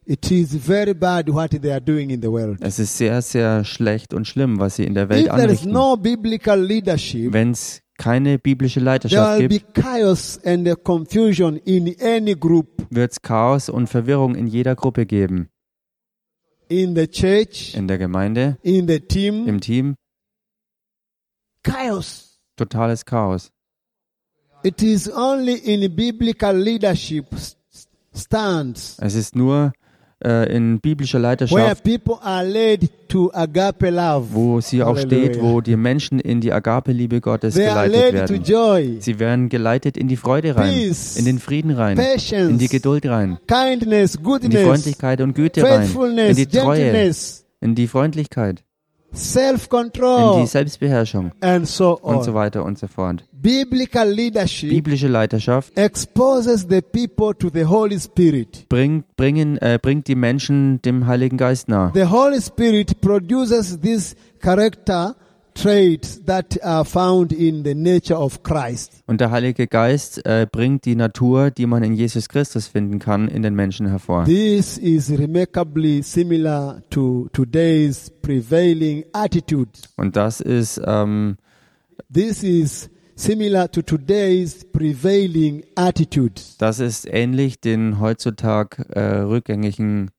Speaker 1: It is very bad what they are doing in the world.
Speaker 2: Es ist sehr, sehr schlecht und schlimm, was sie in der
Speaker 1: If
Speaker 2: Welt
Speaker 1: there is
Speaker 2: anrichten.
Speaker 1: no biblical leadership,
Speaker 2: Wenn es keine biblische
Speaker 1: there
Speaker 2: Leiterschaft
Speaker 1: will be
Speaker 2: gibt,
Speaker 1: chaos and uh, confusion in any group,
Speaker 2: wird es Chaos und Verwirrung in jeder Gruppe geben.
Speaker 1: in the church,
Speaker 2: In der Gemeinde,
Speaker 1: in the team.
Speaker 2: im Team,
Speaker 1: Chaos.
Speaker 2: totales Chaos.
Speaker 1: It is only in biblical leadership s- stands
Speaker 2: Es ist nur äh, in biblischer
Speaker 1: where
Speaker 2: Leiterschaft,
Speaker 1: people are led to agape love.
Speaker 2: wo sie auch steht,
Speaker 1: Halleluja.
Speaker 2: wo die Menschen in die Agape-Liebe Gottes
Speaker 1: They are led
Speaker 2: geleitet
Speaker 1: to
Speaker 2: werden.
Speaker 1: joy,
Speaker 2: Sie werden geleitet in die Freude rein,
Speaker 1: Peace,
Speaker 2: in den Frieden rein,
Speaker 1: patience,
Speaker 2: in die Geduld rein,
Speaker 1: kindness,
Speaker 2: in die
Speaker 1: goodness,
Speaker 2: Freundlichkeit und Güte rein, in
Speaker 1: faithfulness,
Speaker 2: die Treue,
Speaker 1: gentleness,
Speaker 2: in die Freundlichkeit, in die
Speaker 1: self-control,
Speaker 2: Selbstbeherrschung
Speaker 1: and so
Speaker 2: und
Speaker 1: on.
Speaker 2: so weiter und so fort.
Speaker 1: biblical leadership
Speaker 2: Biblische Leiterschaft
Speaker 1: exposes the people to the Holy Spirit.
Speaker 2: bringt, bringen, äh, bringt die Menschen dem Heiligen Geist nahe.
Speaker 1: The Holy Spirit produces these character traits that are found in the nature of Christ.
Speaker 2: Und der Heilige Geist äh, bringt die Natur, die man in Jesus Christus finden kann, in den Menschen hervor.
Speaker 1: This is remarkably similar to today's prevailing attitude.
Speaker 2: Und das ist ähm,
Speaker 1: This is similar to today's prevailing attitude.
Speaker 2: Das ist ähnlich den heutzutage äh, rückgängigen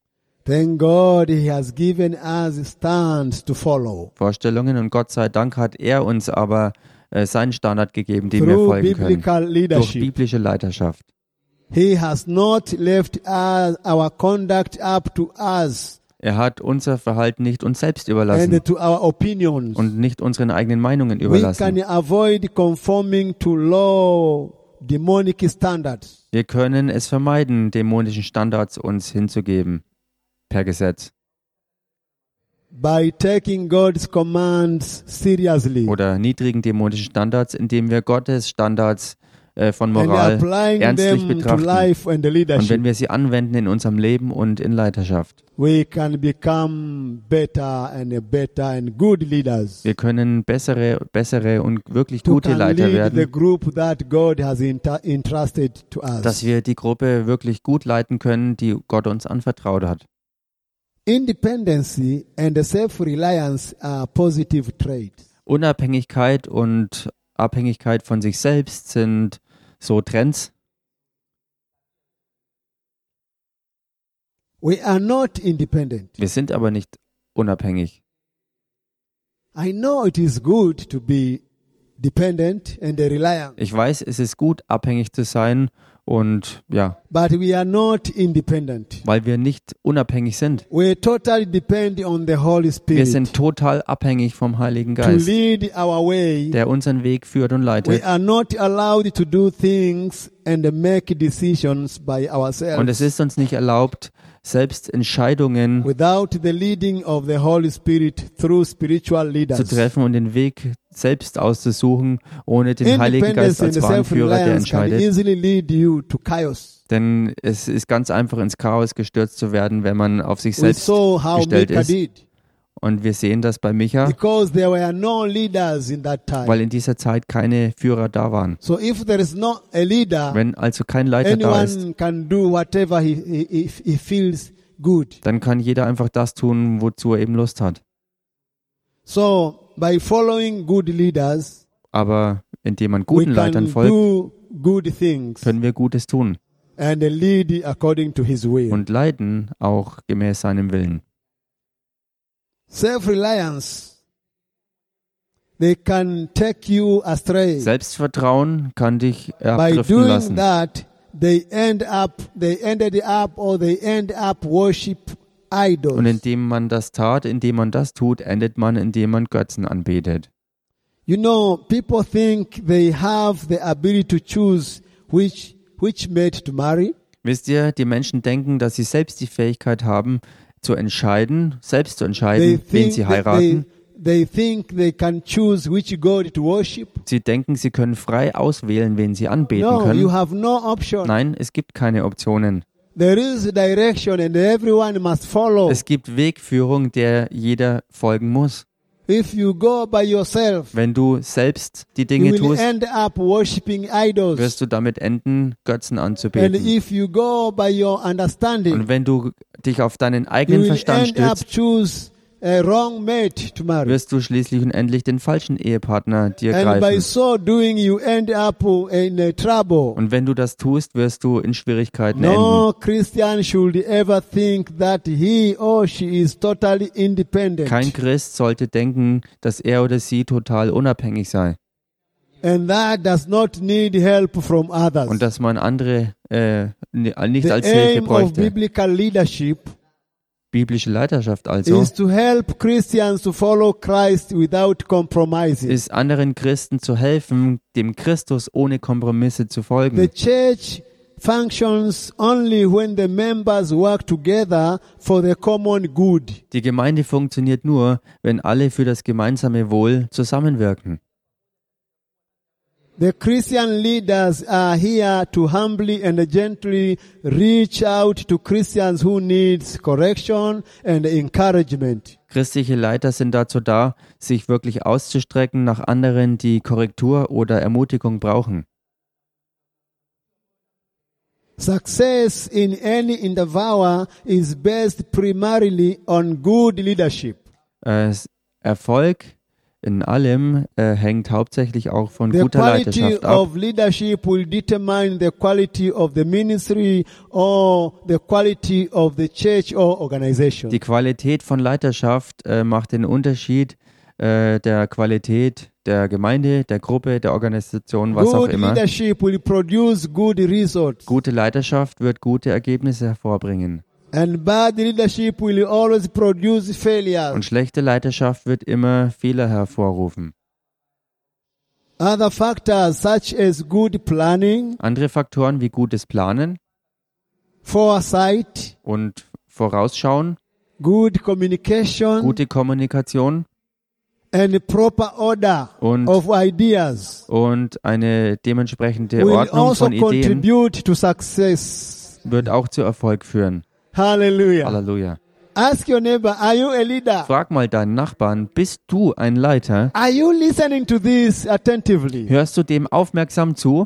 Speaker 1: Thank God He has given us stands to follow
Speaker 2: Vorstellungen und Gott sei Dank hat er uns aber äh, seinen Standard gegeben, dem wir
Speaker 1: through
Speaker 2: folgen können.
Speaker 1: biblical
Speaker 2: Durch
Speaker 1: leadership.
Speaker 2: biblische Leiterschaft.
Speaker 1: He has not left us, our conduct up to us
Speaker 2: Er hat unser Verhalten nicht uns selbst überlassen
Speaker 1: and to our opinions.
Speaker 2: und nicht unseren eigenen Meinungen
Speaker 1: We can
Speaker 2: überlassen.
Speaker 1: avoid conforming to low demonic standards.
Speaker 2: Wir können es vermeiden, dämonischen Standards uns hinzugeben. Per Gesetz.
Speaker 1: by taking God's commands seriously
Speaker 2: Oder niedrigen dämonischen Standards, indem wir Gottes Standards äh, von
Speaker 1: and
Speaker 2: Moral
Speaker 1: applying
Speaker 2: ernstlich
Speaker 1: them to
Speaker 2: betrachten.
Speaker 1: life and
Speaker 2: Und wenn
Speaker 1: leadership,
Speaker 2: wir sie anwenden in unserem Leben und in Leiterschaft.
Speaker 1: we can become better and better and good leaders
Speaker 2: Wir können bessere, bessere und wirklich
Speaker 1: who
Speaker 2: gute
Speaker 1: can
Speaker 2: Leiter
Speaker 1: lead the
Speaker 2: werden,
Speaker 1: group that God has enta- entrusted to
Speaker 2: dass
Speaker 1: us.
Speaker 2: wir die Gruppe wirklich gut leiten können, die Gott uns anvertraut hat.
Speaker 1: Independency and self-reliance are positive traits.
Speaker 2: Unabhängigkeit und Abhängigkeit von sich selbst sind so Trends.
Speaker 1: We are not independent.
Speaker 2: Wir sind aber nicht unabhängig.
Speaker 1: I know it is good to be dependent and reliant,
Speaker 2: Ich weiß, es ist gut, abhängig zu sein und ja,
Speaker 1: but we are not independent.
Speaker 2: weil wir nicht unabhängig sind.
Speaker 1: We totally depend on the Holy
Speaker 2: Wir
Speaker 1: Spirit
Speaker 2: sind total abhängig vom Heiligen
Speaker 1: to
Speaker 2: Geist,
Speaker 1: lead our way.
Speaker 2: der unseren Weg führt und
Speaker 1: We
Speaker 2: leitet.
Speaker 1: are not allowed to do things and make decisions by
Speaker 2: Und
Speaker 1: ourselves
Speaker 2: es ist uns nicht erlaubt, selbst Entscheidungen
Speaker 1: without the leading of the Holy Spirit through spiritual
Speaker 2: zu
Speaker 1: leaders.
Speaker 2: treffen und den Weg selbst auszusuchen, ohne den Heiligen
Speaker 1: Independence
Speaker 2: Geist
Speaker 1: and
Speaker 2: als wahren Führer, der
Speaker 1: self-reliance can
Speaker 2: entscheidet.
Speaker 1: easily lead you to chaos.
Speaker 2: Denn es ist ganz einfach, ins Chaos gestürzt zu werden, wenn man auf sich
Speaker 1: We
Speaker 2: selbst
Speaker 1: saw how
Speaker 2: gestellt
Speaker 1: Micah
Speaker 2: ist.
Speaker 1: did
Speaker 2: Und wir sehen das bei Micha,
Speaker 1: because there were no leaders in that
Speaker 2: weil
Speaker 1: time.
Speaker 2: in dieser Zeit keine Führer da waren.
Speaker 1: So if there is not a leader,
Speaker 2: Wenn also kein Leiter da ist,
Speaker 1: anyone can do whatever he, he, he he feels good.
Speaker 2: dann kann jeder einfach das tun, wozu er eben Lust hat.
Speaker 1: So, by following good leaders,
Speaker 2: Aber indem man
Speaker 1: we
Speaker 2: guten
Speaker 1: can
Speaker 2: Leitern folgt,
Speaker 1: do good things
Speaker 2: können wir Gutes tun
Speaker 1: and lead according to His will.
Speaker 2: und leiten auch gemäß seinem Willen.
Speaker 1: Self-reliance, they can take you astray.
Speaker 2: Selbstvertrauen kann dich
Speaker 1: By
Speaker 2: abdriften
Speaker 1: doing
Speaker 2: lassen.
Speaker 1: that, they end up they ended up or they end up worship idols
Speaker 2: Und indem man das tat, indem man das tut, endet man, indem man Götzen anbetet.
Speaker 1: you know people think they have the ability to choose which which mate to marry
Speaker 2: Wisst ihr, die Menschen denken, dass sie selbst die Fähigkeit haben, zu entscheiden, selbst zu entscheiden, wen sie
Speaker 1: that
Speaker 2: heiraten.
Speaker 1: they think they can choose which god to worship
Speaker 2: Sie denken, sie können frei auswählen, wen sie anbeten
Speaker 1: no you
Speaker 2: können.
Speaker 1: have no option
Speaker 2: Nein, es gibt keine Optionen.
Speaker 1: there is direction and everyone must follow
Speaker 2: Es gibt Wegführung, der jeder folgen muss.
Speaker 1: if you go by yourself
Speaker 2: Wenn du selbst die
Speaker 1: you
Speaker 2: Dinge
Speaker 1: will
Speaker 2: tust,
Speaker 1: end up worshiping idols
Speaker 2: wirst du damit enden, Götzen
Speaker 1: and
Speaker 2: anzubeten.
Speaker 1: if you go by your understanding
Speaker 2: Und wenn du dich auf deinen
Speaker 1: you
Speaker 2: eigenen
Speaker 1: will
Speaker 2: Verstand
Speaker 1: end up
Speaker 2: stützt,
Speaker 1: choose a wrong mate to marry.
Speaker 2: wirst du schließlich und endlich den falschen Ehepartner dir
Speaker 1: And by
Speaker 2: greifen.
Speaker 1: so doing, you end up in uh, trouble.
Speaker 2: Und wenn du das tust, wirst du in Schwierigkeiten enden.
Speaker 1: No Christian should ever think that he or she is totally independent
Speaker 2: Kein Christ sollte denken, dass er oder sie total unabhängig sei
Speaker 1: and that does not need help from others.
Speaker 2: und dass man andere äh, ni- nicht
Speaker 1: the
Speaker 2: als Hilfe
Speaker 1: aim of
Speaker 2: bräuchte.
Speaker 1: biblical leadership
Speaker 2: Biblische Leiterschaft also
Speaker 1: is to help Christians to follow Christ without compromising.
Speaker 2: ist anderen Christen zu helfen, dem Christus ohne Kompromisse zu
Speaker 1: The
Speaker 2: folgen.
Speaker 1: church functions only when the members work together for the common good.
Speaker 2: Die Gemeinde funktioniert nur, wenn alle für das gemeinsame Wohl zusammenwirken.
Speaker 1: The Christian leaders are here to humbly and gently reach out to Christians who need correction and encouragement.
Speaker 2: Christliche Leiter sind dazu da, sich wirklich auszustrecken nach anderen, die Korrektur oder Ermutigung brauchen.
Speaker 1: Success in any endeavor is based primarily on good leadership.
Speaker 2: Äh, s- Erfolg in allem äh, hängt hauptsächlich auch von
Speaker 1: The
Speaker 2: guter
Speaker 1: quality
Speaker 2: Leiterschaft ab.
Speaker 1: of leadership will determine the quality of the ministry or the quality of the church or organization.
Speaker 2: Die Qualität von Leiterschaft äh, macht den Unterschied äh, der Qualität der Gemeinde, der Gruppe, der Organisation, was auch
Speaker 1: Good
Speaker 2: immer.
Speaker 1: leadership will produce good results.
Speaker 2: Gute Leiterschaft wird gute Ergebnisse hervorbringen.
Speaker 1: And bad leadership will always produce failure.
Speaker 2: Und schlechte Leiterschaft wird immer Fehler hervorrufen.
Speaker 1: Other factors such as good planning,
Speaker 2: Andere Faktoren wie gutes Planen
Speaker 1: foresight,
Speaker 2: und Vorausschauen,
Speaker 1: good communication,
Speaker 2: gute Kommunikation
Speaker 1: and proper order
Speaker 2: Und-
Speaker 1: of ideas
Speaker 2: und eine dementsprechende
Speaker 1: will
Speaker 2: Ordnung
Speaker 1: also
Speaker 2: von Ideen
Speaker 1: contribute to success.
Speaker 2: wird auch zu Erfolg führen.
Speaker 1: Hallelujah.
Speaker 2: Halleluja.
Speaker 1: Ask your neighbor, are you a leader?
Speaker 2: Frag mal deinen Nachbarn, bist du ein Leiter?
Speaker 1: Are you listening to this attentively?
Speaker 2: Hörst du dem aufmerksam zu?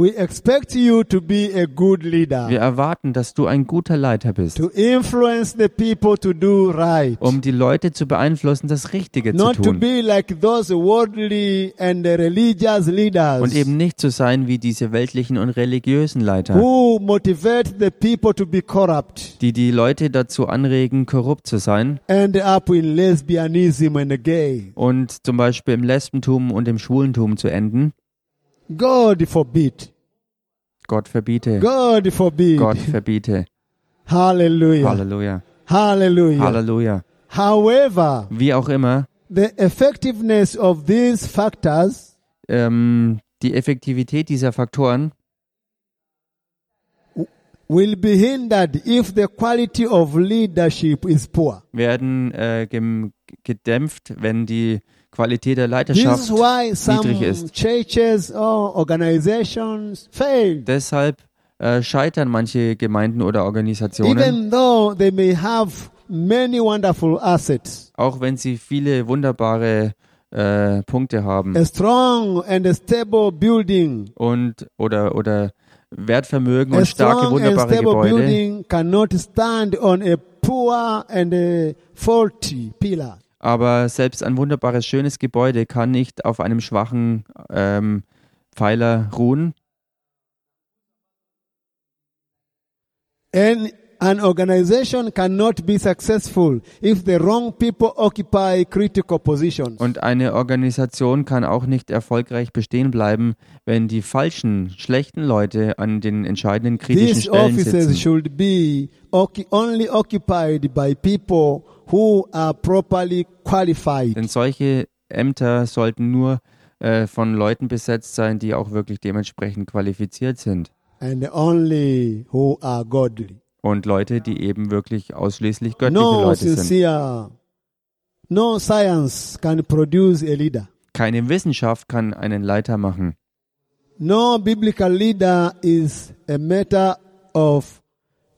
Speaker 1: We expect you to be a good leader.
Speaker 2: Wir erwarten, dass du ein guter Leiter bist,
Speaker 1: to influence the people to do right.
Speaker 2: um die Leute zu beeinflussen, das Richtige zu
Speaker 1: not to
Speaker 2: tun.
Speaker 1: be like those worldly and religious leaders
Speaker 2: Und eben nicht zu sein wie diese weltlichen und religiösen Leiter,
Speaker 1: who motivate the people to be corrupt
Speaker 2: die die Leute dazu anregen, korrupt zu sein
Speaker 1: end up in lesbianism and gay.
Speaker 2: und zum Beispiel im Lesbentum und im Schwulentum zu enden.
Speaker 1: God forbid.
Speaker 2: Gott verbiete.
Speaker 1: God forbid.
Speaker 2: Gott verbiete.
Speaker 1: Hallelujah.
Speaker 2: Halleluja.
Speaker 1: Hallelujah.
Speaker 2: Halleluja.
Speaker 1: However,
Speaker 2: Wie auch immer,
Speaker 1: the effectiveness of these factors
Speaker 2: ähm, die Effektivität dieser Faktoren
Speaker 1: will be hindered if the quality of leadership is poor.
Speaker 2: werden äh, gem- gedämpft, wenn die Qualität der
Speaker 1: This
Speaker 2: Leiterschaft
Speaker 1: is why some
Speaker 2: niedrig ist.
Speaker 1: churches or organizations failed,
Speaker 2: Deshalb äh, scheitern manche Gemeinden oder Organisationen,
Speaker 1: even though they may have many wonderful assets,
Speaker 2: auch wenn sie viele wunderbare äh, Punkte haben
Speaker 1: a strong and a stable building.
Speaker 2: und oder oder Wertvermögen
Speaker 1: A
Speaker 2: und starke
Speaker 1: strong and
Speaker 2: wunderbare
Speaker 1: stable
Speaker 2: Gebäude,
Speaker 1: building cannot stand on a poor and a faulty pillar.
Speaker 2: aber selbst ein wunderbares schönes Gebäude kann nicht auf einem schwachen ähm, Pfeiler ruhen.
Speaker 1: An An organization cannot be successful if the wrong people occupy critical positions.
Speaker 2: Und eine Organisation kann auch nicht erfolgreich bestehen bleiben, wenn die falschen, schlechten Leute an den entscheidenden kritischen
Speaker 1: These
Speaker 2: Stellen sitzen.
Speaker 1: offices should be oc- only occupied by people who are properly qualified.
Speaker 2: Denn solche Ämter sollten nur äh, von Leuten besetzt sein, die auch wirklich dementsprechend qualifiziert sind.
Speaker 1: and only who are godly.
Speaker 2: Und Leute, die eben wirklich ausschließlich göttliche
Speaker 1: No
Speaker 2: Leute sind.
Speaker 1: sincere, no science can produce a leader.
Speaker 2: Keine Wissenschaft kann einen Leiter machen.
Speaker 1: No biblical leader is a matter of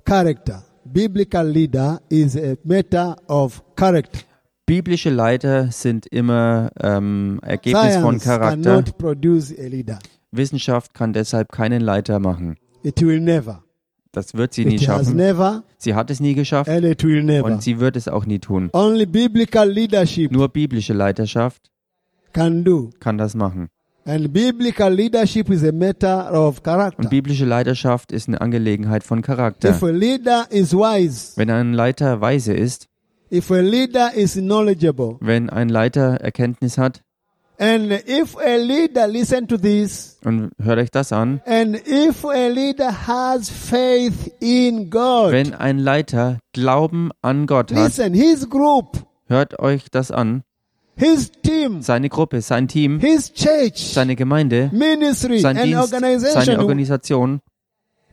Speaker 1: character. Biblical leader is a matter of character.
Speaker 2: Biblische Leiter sind immer ähm, Ergebnis von
Speaker 1: Science
Speaker 2: Charakter.
Speaker 1: cannot produce a leader.
Speaker 2: Wissenschaft kann deshalb keinen Leiter machen.
Speaker 1: It will never.
Speaker 2: Das wird sie nie
Speaker 1: It has
Speaker 2: schaffen.
Speaker 1: never,
Speaker 2: Sie hat es nie geschafft
Speaker 1: and it will never.
Speaker 2: und sie wird es auch nie tun.
Speaker 1: Only biblical leadership
Speaker 2: Nur biblische Leiterschaft
Speaker 1: can do.
Speaker 2: kann das machen.
Speaker 1: And biblical leadership is a matter of character.
Speaker 2: Und biblische Leiterschaft ist eine Angelegenheit von Charakter.
Speaker 1: If a leader is wise,
Speaker 2: Wenn ein Leiter weise ist,
Speaker 1: if a leader is knowledgeable,
Speaker 2: wenn ein Leiter Erkenntnis hat,
Speaker 1: and if a leader, listen to this,
Speaker 2: und hört euch das an,
Speaker 1: and if a leader has faith in God,
Speaker 2: wenn ein Leiter Glauben an Gott hat,
Speaker 1: listen, his group,
Speaker 2: hört euch das an,
Speaker 1: his team,
Speaker 2: seine Gruppe, sein Team,
Speaker 1: his church,
Speaker 2: seine Gemeinde,
Speaker 1: ministry,
Speaker 2: sein
Speaker 1: and
Speaker 2: Dienst,
Speaker 1: organization
Speaker 2: seine Organisation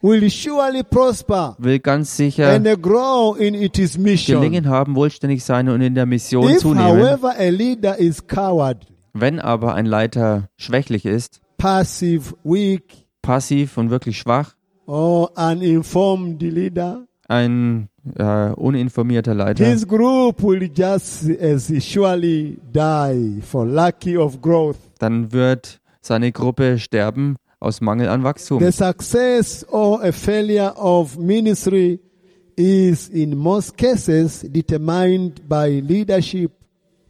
Speaker 1: will surely prosper
Speaker 2: will ganz sicher
Speaker 1: and grow in its mission.
Speaker 2: gelingen haben, wohlständig sein und in der Mission
Speaker 1: If,
Speaker 2: zunehmen.
Speaker 1: however, a leader is coward,
Speaker 2: Wenn aber ein Leiter schwächlich ist,
Speaker 1: passive, weak,
Speaker 2: passiv und wirklich schwach,
Speaker 1: or uninformed leader,
Speaker 2: ein äh, uninformierter Leiter,
Speaker 1: His group will just as surely die for lack of growth.
Speaker 2: dann wird seine Gruppe sterben aus Mangel an Wachstum.
Speaker 1: The success or a failure of ministry is in most cases determined by leadership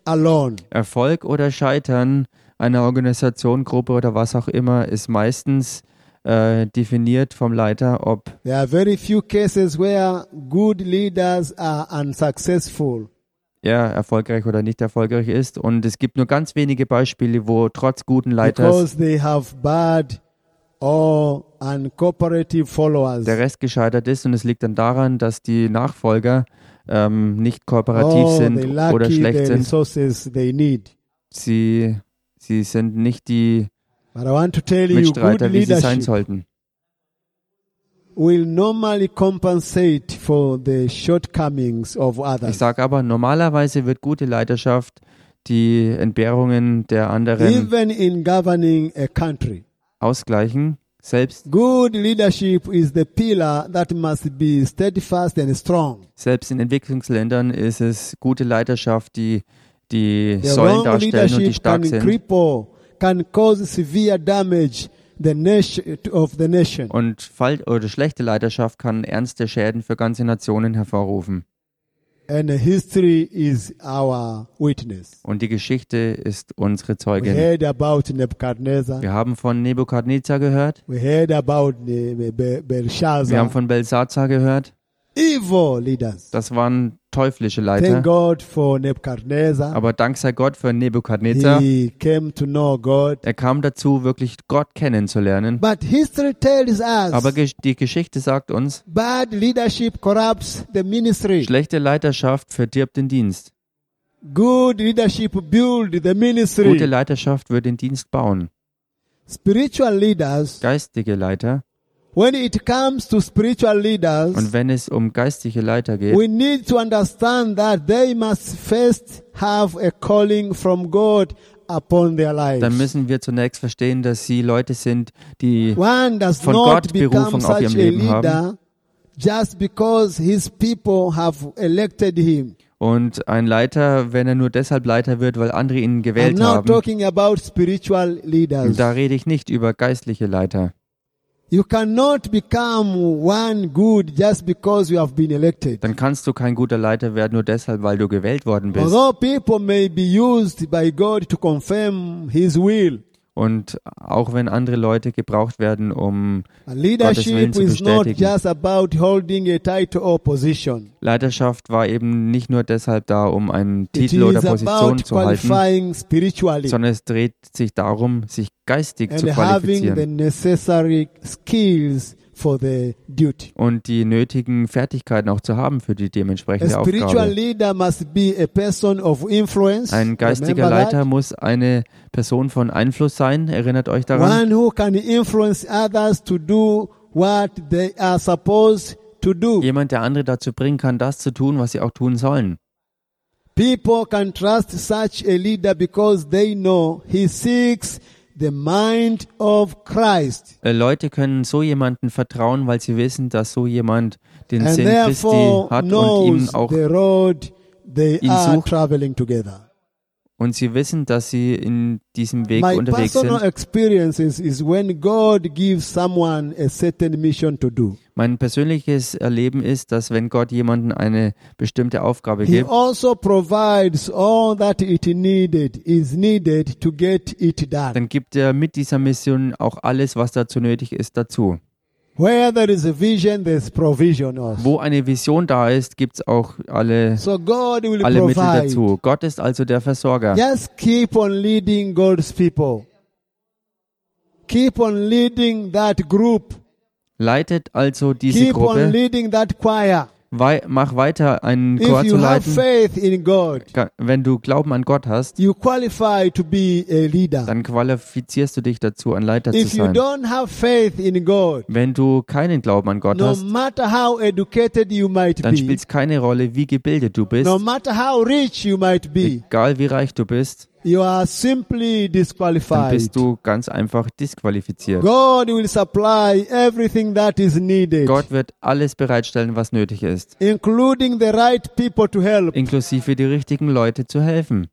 Speaker 1: alone.
Speaker 2: Erfolg oder Scheitern einer Organisation, Gruppe oder was auch immer ist meistens äh, definiert vom Leiter, ob
Speaker 1: There are very few cases where good leaders are unsuccessful.
Speaker 2: er erfolgreich oder nicht erfolgreich ist. Und es gibt nur ganz wenige Beispiele, wo trotz guten Leiters
Speaker 1: Because they have bad or uncooperative followers.
Speaker 2: der Rest gescheitert ist. Und es liegt dann daran, dass die Nachfolger ähm, nicht kooperativ
Speaker 1: Or
Speaker 2: sind
Speaker 1: they lack
Speaker 2: oder schlecht
Speaker 1: Oh, the
Speaker 2: sind.
Speaker 1: resources they need.
Speaker 2: Sie, sie sind nicht die
Speaker 1: But I want to tell you, good
Speaker 2: Mitstreiter, wie sie sein
Speaker 1: leadership
Speaker 2: sollten.
Speaker 1: will normally compensate for the shortcomings of
Speaker 2: Ich
Speaker 1: others.
Speaker 2: sage aber, normalerweise wird gute Leiterschaft die Entbehrungen der anderen
Speaker 1: Even in governing a country,
Speaker 2: ausgleichen. Selbst,
Speaker 1: good leadership is the pillar that must be steadfast and strong.
Speaker 2: selbst in Entwicklungsländern ist es gute Leiterschaft, die die
Speaker 1: The
Speaker 2: Säulen
Speaker 1: wrong
Speaker 2: darstellen und die
Speaker 1: leadership can
Speaker 2: stark sind.
Speaker 1: cripple, can cause severe damage the nation of the nation.
Speaker 2: Und Fall oder schlechte Leiterschaft kann ernste Schäden für ganze Nationen hervorrufen.
Speaker 1: And history is our witness.
Speaker 2: Und die Geschichte ist unsere
Speaker 1: We
Speaker 2: Zeugin.
Speaker 1: heard about Nebuchadnezzar.
Speaker 2: Wir haben von Nebukadnezar gehört.
Speaker 1: We heard about Ne- Be- Be-
Speaker 2: Wir haben
Speaker 1: Belshazzar.
Speaker 2: von Belsazar gehört.
Speaker 1: Evil leaders.
Speaker 2: Das waren teuflische Leiter.
Speaker 1: Thank God for Nebuchadnezzar.
Speaker 2: Aber dank sei Gott für Nebukadnezar.
Speaker 1: He came to know God.
Speaker 2: Er kam dazu, wirklich Gott kennenzulernen.
Speaker 1: But history tells
Speaker 2: Aber
Speaker 1: us
Speaker 2: gesch- die Geschichte sagt uns,
Speaker 1: bad leadership corrupts the ministry.
Speaker 2: schlechte Leiterschaft verdirbt den Dienst.
Speaker 1: Good leadership builds the
Speaker 2: Gute
Speaker 1: ministry.
Speaker 2: Leiterschaft wird den Dienst bauen.
Speaker 1: Spiritual leaders,
Speaker 2: Geistige Leiter.
Speaker 1: when it comes to spiritual
Speaker 2: Und
Speaker 1: leaders,
Speaker 2: wenn es um geistige Leiter geht,
Speaker 1: we need to understand that they must first have a calling from God upon their
Speaker 2: dann
Speaker 1: lives.
Speaker 2: müssen wir zunächst verstehen, dass sie Leute sind, die
Speaker 1: One does
Speaker 2: von
Speaker 1: not
Speaker 2: Gott
Speaker 1: become
Speaker 2: Berufung auf
Speaker 1: such
Speaker 2: ihrem
Speaker 1: a
Speaker 2: Leben
Speaker 1: leader
Speaker 2: haben.
Speaker 1: just because his people have elected him.
Speaker 2: und ein Leiter, wenn er nur deshalb Leiter wird, weil andere ihn
Speaker 1: I'm
Speaker 2: gewählt
Speaker 1: not
Speaker 2: haben.
Speaker 1: talking about spiritual leaders.
Speaker 2: Da rede ich nicht über geistliche Leiter.
Speaker 1: You cannot become one good just because you have been elected.
Speaker 2: Dann kannst du kein guter Leiter werden, nur deshalb, weil du gewählt worden bist.
Speaker 1: Although people may be used by God to confirm his will,
Speaker 2: Und auch wenn andere Leute gebraucht werden, um
Speaker 1: And
Speaker 2: Gottes Willen
Speaker 1: leadership
Speaker 2: zu
Speaker 1: is not
Speaker 2: bestätigen.
Speaker 1: just about holding a title or position.
Speaker 2: Leiterschaft war eben nicht nur deshalb da, um einen
Speaker 1: It
Speaker 2: Titel oder
Speaker 1: is
Speaker 2: Position
Speaker 1: about
Speaker 2: zu halten,
Speaker 1: qualifying spiritually
Speaker 2: sondern es dreht sich darum, sich geistig
Speaker 1: and
Speaker 2: zu
Speaker 1: having the
Speaker 2: qualifizieren
Speaker 1: necessary skills for the duty.
Speaker 2: und die nötigen Fertigkeiten auch zu haben für die
Speaker 1: A
Speaker 2: dementsprechende
Speaker 1: spiritual
Speaker 2: Aufgabe.
Speaker 1: leader must be a person of influence.
Speaker 2: Ein geistiger
Speaker 1: Remember
Speaker 2: Leiter
Speaker 1: that.
Speaker 2: muss eine Person von Einfluss sein, erinnert euch daran.
Speaker 1: One who can influence others to do what they are supposed to do.
Speaker 2: Jemand, der andere dazu bringen kann, das zu tun, was sie auch tun sollen.
Speaker 1: People can trust such a leader because they know he seeks the mind of Christ.
Speaker 2: Äh, Leute können so jemanden vertrauen, weil sie wissen, dass so jemand den
Speaker 1: And
Speaker 2: Sinn Christi
Speaker 1: therefore
Speaker 2: hat und ihn
Speaker 1: knows
Speaker 2: auch
Speaker 1: the road they
Speaker 2: ihn
Speaker 1: are
Speaker 2: sucht.
Speaker 1: traveling together.
Speaker 2: und sie wissen, dass sie in diesem Weg
Speaker 1: My
Speaker 2: unterwegs
Speaker 1: personal
Speaker 2: sind.
Speaker 1: experience is, is when God gives someone a certain mission to do.
Speaker 2: Mein persönliches Erleben ist, dass wenn Gott jemanden eine bestimmte Aufgabe
Speaker 1: He
Speaker 2: gibt,
Speaker 1: also provides all that it needed is needed to get it done.
Speaker 2: dann gibt er mit dieser Mission auch alles, was dazu nötig ist, dazu.
Speaker 1: Where there is a vision, there's provision also.
Speaker 2: Wo eine Vision da ist, gibt's auch alle,
Speaker 1: So God will
Speaker 2: alle Mittel
Speaker 1: provide.
Speaker 2: dazu. Gott ist also der Versorger.
Speaker 1: Just keep on leading God's people. Keep on leading that group.
Speaker 2: Leitet also diese
Speaker 1: Keep on
Speaker 2: Gruppe.
Speaker 1: leading that choir.
Speaker 2: Wei mach weiter, einen Chor
Speaker 1: If
Speaker 2: zu
Speaker 1: you have
Speaker 2: leiten.
Speaker 1: faith in God,
Speaker 2: Ga- Wenn du Glauben an Gott hast,
Speaker 1: you qualify to be a leader.
Speaker 2: dann qualifizierst du dich dazu, ein Leiter zu
Speaker 1: If you
Speaker 2: sein.
Speaker 1: don't have faith in God,
Speaker 2: Wenn du keinen Glauben an Gott
Speaker 1: no
Speaker 2: hast,
Speaker 1: matter how educated you might
Speaker 2: dann
Speaker 1: be,
Speaker 2: spielt es keine Rolle, wie gebildet du bist,
Speaker 1: no matter how rich you might be,
Speaker 2: egal wie reich du bist,
Speaker 1: you are simply
Speaker 2: dann
Speaker 1: disqualified.
Speaker 2: bist du ganz einfach disqualifiziert.
Speaker 1: God will supply everything that is needed,
Speaker 2: Gott wird alles bereitstellen, was nötig ist,
Speaker 1: including the right people to help.
Speaker 2: inklusive die richtigen Leute zu helfen.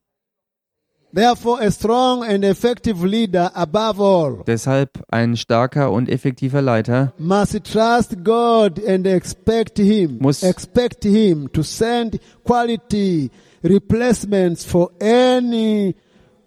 Speaker 1: Therefore, a strong and effective leader above all
Speaker 2: Deshalb ein starker und effektiver Leiter
Speaker 1: must trust God and expect Him,
Speaker 2: Muss-
Speaker 1: expect Him to send quality replacements for any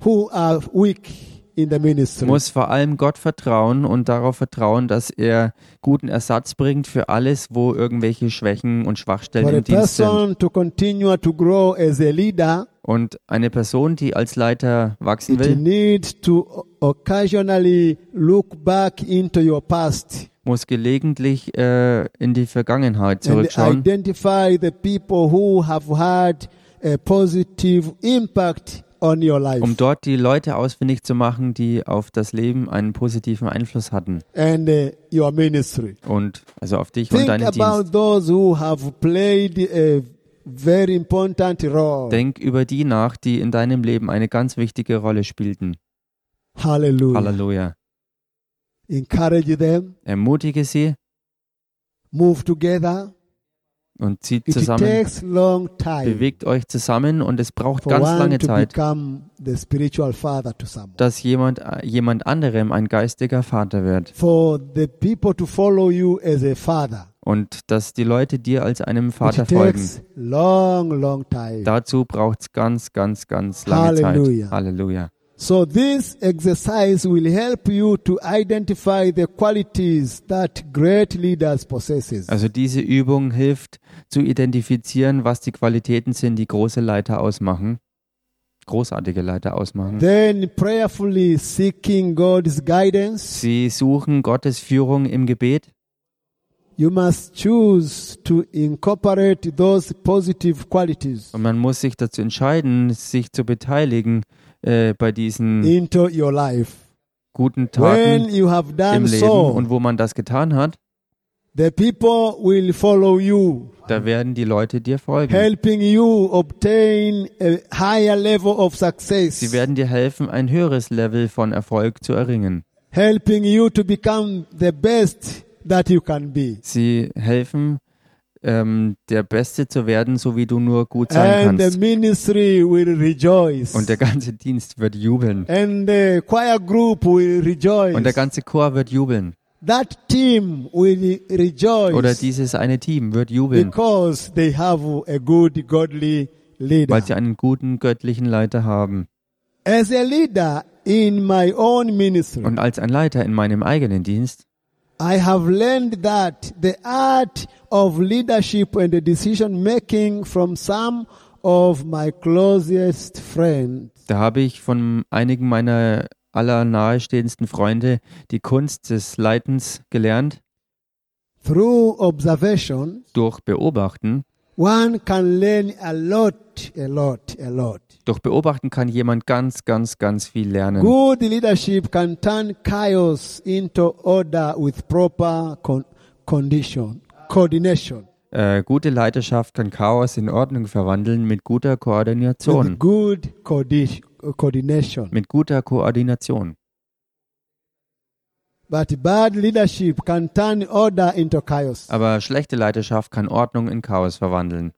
Speaker 1: who are weak in the ministry.
Speaker 2: muss vor allem Gott vertrauen und darauf vertrauen, dass er guten Ersatz bringt für alles, wo irgendwelche Schwächen und Schwachstellen
Speaker 1: for a
Speaker 2: im Dienst sind.
Speaker 1: person to continue to grow as a leader,
Speaker 2: Und eine Person, die als Leiter wachsen
Speaker 1: it
Speaker 2: will,
Speaker 1: needs to occasionally look back into your past
Speaker 2: muss gelegentlich äh, in die Vergangenheit
Speaker 1: and
Speaker 2: zurückschauen
Speaker 1: identify the people who have had a positive impact on your life
Speaker 2: um dort die Leute ausfindig zu machen, die auf das Leben einen positiven Einfluss hatten
Speaker 1: and uh, your ministry.
Speaker 2: und also auf dich und
Speaker 1: Think
Speaker 2: deinen
Speaker 1: about
Speaker 2: Dienst.
Speaker 1: those who have played a very important role.
Speaker 2: Denk über die nach, die in deinem Leben eine ganz wichtige Rolle spielten.
Speaker 1: Hallelujah.
Speaker 2: Halleluja.
Speaker 1: Encourage them,
Speaker 2: Ermutige sie
Speaker 1: move together.
Speaker 2: und zieht
Speaker 1: It
Speaker 2: zusammen.
Speaker 1: takes long time.
Speaker 2: Bewegt euch zusammen und es braucht
Speaker 1: for
Speaker 2: ganz
Speaker 1: one
Speaker 2: lange
Speaker 1: to
Speaker 2: Zeit,
Speaker 1: become the spiritual father to someone.
Speaker 2: dass jemand äh, jemand anderem ein geistiger Vater wird
Speaker 1: For the people to follow you as a father.
Speaker 2: und dass die Leute dir als einem Vater
Speaker 1: it
Speaker 2: folgen.
Speaker 1: takes long, long time.
Speaker 2: Dazu braucht's ganz, ganz, ganz lange
Speaker 1: Halleluja.
Speaker 2: Zeit. Halleluja.
Speaker 1: so this exercise will help you to identify the qualities that great leaders possesses.
Speaker 2: Also diese Übung hilft zu identifizieren, was die Qualitäten sind, die große Leiter ausmachen, großartige Leiter ausmachen.
Speaker 1: then prayerfully seeking God's guidance,
Speaker 2: Sie suchen Gottes Führung im Gebet.
Speaker 1: you must choose to incorporate those positive qualities
Speaker 2: Und man muss sich dazu entscheiden, sich zu beteiligen äh, bei diesen
Speaker 1: into your life.
Speaker 2: guten
Speaker 1: When
Speaker 2: Taten
Speaker 1: you have
Speaker 2: im
Speaker 1: done
Speaker 2: Leben.
Speaker 1: so,
Speaker 2: Und wo man das getan hat,
Speaker 1: The people will follow you,
Speaker 2: da werden die Leute dir folgen.
Speaker 1: helping you obtain a higher level of success,
Speaker 2: Sie werden dir helfen, ein höheres Level von Erfolg zu erringen.
Speaker 1: helping you to become the best that you can be.
Speaker 2: Sie helfen, ähm, der Beste zu werden, so wie du nur gut sein
Speaker 1: And the
Speaker 2: kannst.
Speaker 1: ministry will rejoice.
Speaker 2: Und der ganze Dienst wird jubeln.
Speaker 1: And the choir group will rejoice.
Speaker 2: Und der ganze Chor wird jubeln.
Speaker 1: that team will rejoice
Speaker 2: Oder dieses eine Team wird jubeln,
Speaker 1: because they have a good, godly leader.
Speaker 2: weil sie einen guten göttlichen Leiter haben.
Speaker 1: As a leader, in my own ministry.
Speaker 2: Und als ein Leiter in meinem eigenen Dienst
Speaker 1: I have learned that the art of leadership and the decision making from some of my closest friends.
Speaker 2: Da habe ich von einigen meiner allernahestehendsten Freunde die Kunst des Leitens gelernt.
Speaker 1: Through observation,
Speaker 2: Durch Beobachten.
Speaker 1: one can learn a lot, a lot, a lot.
Speaker 2: Durch Beobachten kann jemand ganz, ganz, ganz viel lernen.
Speaker 1: Good leadership can turn chaos into order with proper con- condition, coordination.
Speaker 2: Äh, gute Leiterschaft kann Chaos in Ordnung verwandeln mit guter
Speaker 1: With
Speaker 2: Koordination.
Speaker 1: good coordi- coordination.
Speaker 2: Mit guter Koordination.
Speaker 1: But bad leadership can turn order into chaos.
Speaker 2: Aber schlechte Leiterschaft kann Ordnung in Chaos verwandeln.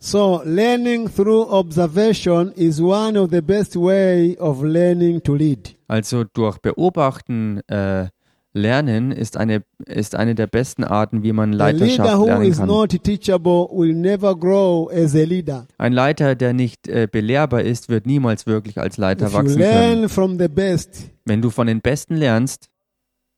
Speaker 1: So learning through observation is one of the best way of learning to lead.
Speaker 2: Also durch Beobachten äh, lernen ist eine, ist eine der besten Arten, wie man
Speaker 1: A leader
Speaker 2: Leiterschaft
Speaker 1: who
Speaker 2: lernen
Speaker 1: is
Speaker 2: kann.
Speaker 1: not teachable will never grow as a leader.
Speaker 2: Ein Leiter, der nicht äh, belehrbar ist, wird niemals wirklich als Leiter
Speaker 1: If you
Speaker 2: wachsen können.
Speaker 1: learn from the best,
Speaker 2: Wenn du von den Besten lernst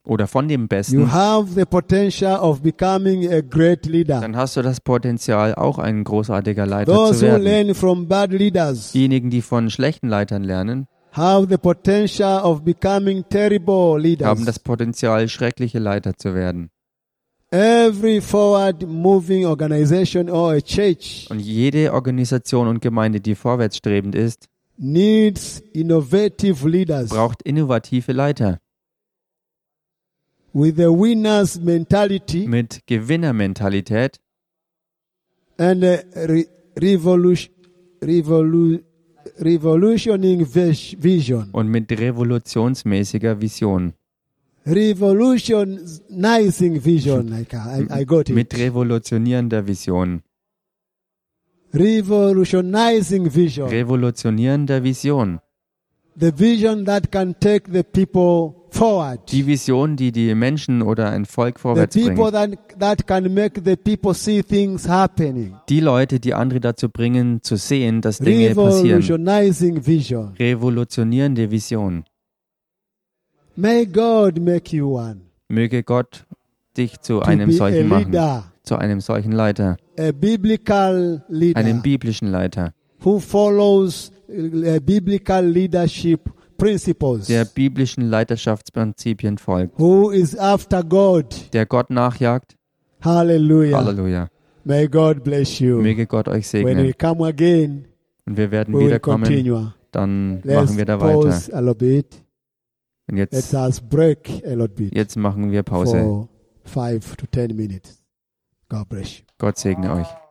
Speaker 2: oder von dem
Speaker 1: you
Speaker 2: Besten,
Speaker 1: have the potential of becoming a great leader.
Speaker 2: dann hast du das Potenzial, auch ein großartiger Leiter zu
Speaker 1: Those who
Speaker 2: werden.
Speaker 1: learn from bad leaders
Speaker 2: Diejenigen, die von schlechten Leitern lernen,
Speaker 1: have the potential of becoming terrible
Speaker 2: haben das
Speaker 1: leaders.
Speaker 2: Potenzial, schreckliche Leiter zu werden.
Speaker 1: Every forward moving organization or a church
Speaker 2: Und jede Organisation und Gemeinde, die vorwärtsstrebend ist,
Speaker 1: needs innovative leaders.
Speaker 2: braucht innovative Leiter
Speaker 1: with a winner's mentality
Speaker 2: mit Gewinnermentalität
Speaker 1: and a re- revolution, revolu- revolutioning vis- vision.
Speaker 2: und mit revolutionsmäßiger Vision.
Speaker 1: Revolutionizing vision. Like I, I got it.
Speaker 2: Mit revolutionierender Vision.
Speaker 1: Revolutionizing vision.
Speaker 2: Revolutionierender Vision.
Speaker 1: the vision that can take the people forward.
Speaker 2: Die Vision, die die Menschen oder ein Volk
Speaker 1: The
Speaker 2: vorwärts
Speaker 1: people
Speaker 2: bringt.
Speaker 1: that, that can make the people see things happening.
Speaker 2: Die Leute, die andere dazu bringen, zu sehen, dass Dinge passieren.
Speaker 1: Revolutionizing vision.
Speaker 2: Revolutionierende Vision.
Speaker 1: May God make you one.
Speaker 2: Möge Gott dich zu
Speaker 1: To
Speaker 2: einem
Speaker 1: be a
Speaker 2: solchen machen.
Speaker 1: leader.
Speaker 2: Zu einem solchen Leiter.
Speaker 1: a biblical leader
Speaker 2: Einem biblischen Leiter.
Speaker 1: who follows uh, biblical leadership principles,
Speaker 2: Der biblischen Leiterschaftsprinzipien folgt.
Speaker 1: who is after God.
Speaker 2: Der Gott nachjagt.
Speaker 1: Hallelujah.
Speaker 2: Halleluja.
Speaker 1: May God bless you.
Speaker 2: Möge Gott euch
Speaker 1: when
Speaker 2: segnen.
Speaker 1: we come again,
Speaker 2: Und wir werden
Speaker 1: we will
Speaker 2: wiederkommen.
Speaker 1: continue.
Speaker 2: Dann
Speaker 1: Let's
Speaker 2: machen wir da weiter.
Speaker 1: pause a little bit.
Speaker 2: Und
Speaker 1: Let
Speaker 2: jetzt,
Speaker 1: us break a little bit
Speaker 2: jetzt machen wir Pause.
Speaker 1: for five to ten minutes. God bless you.
Speaker 2: Gott segne euch.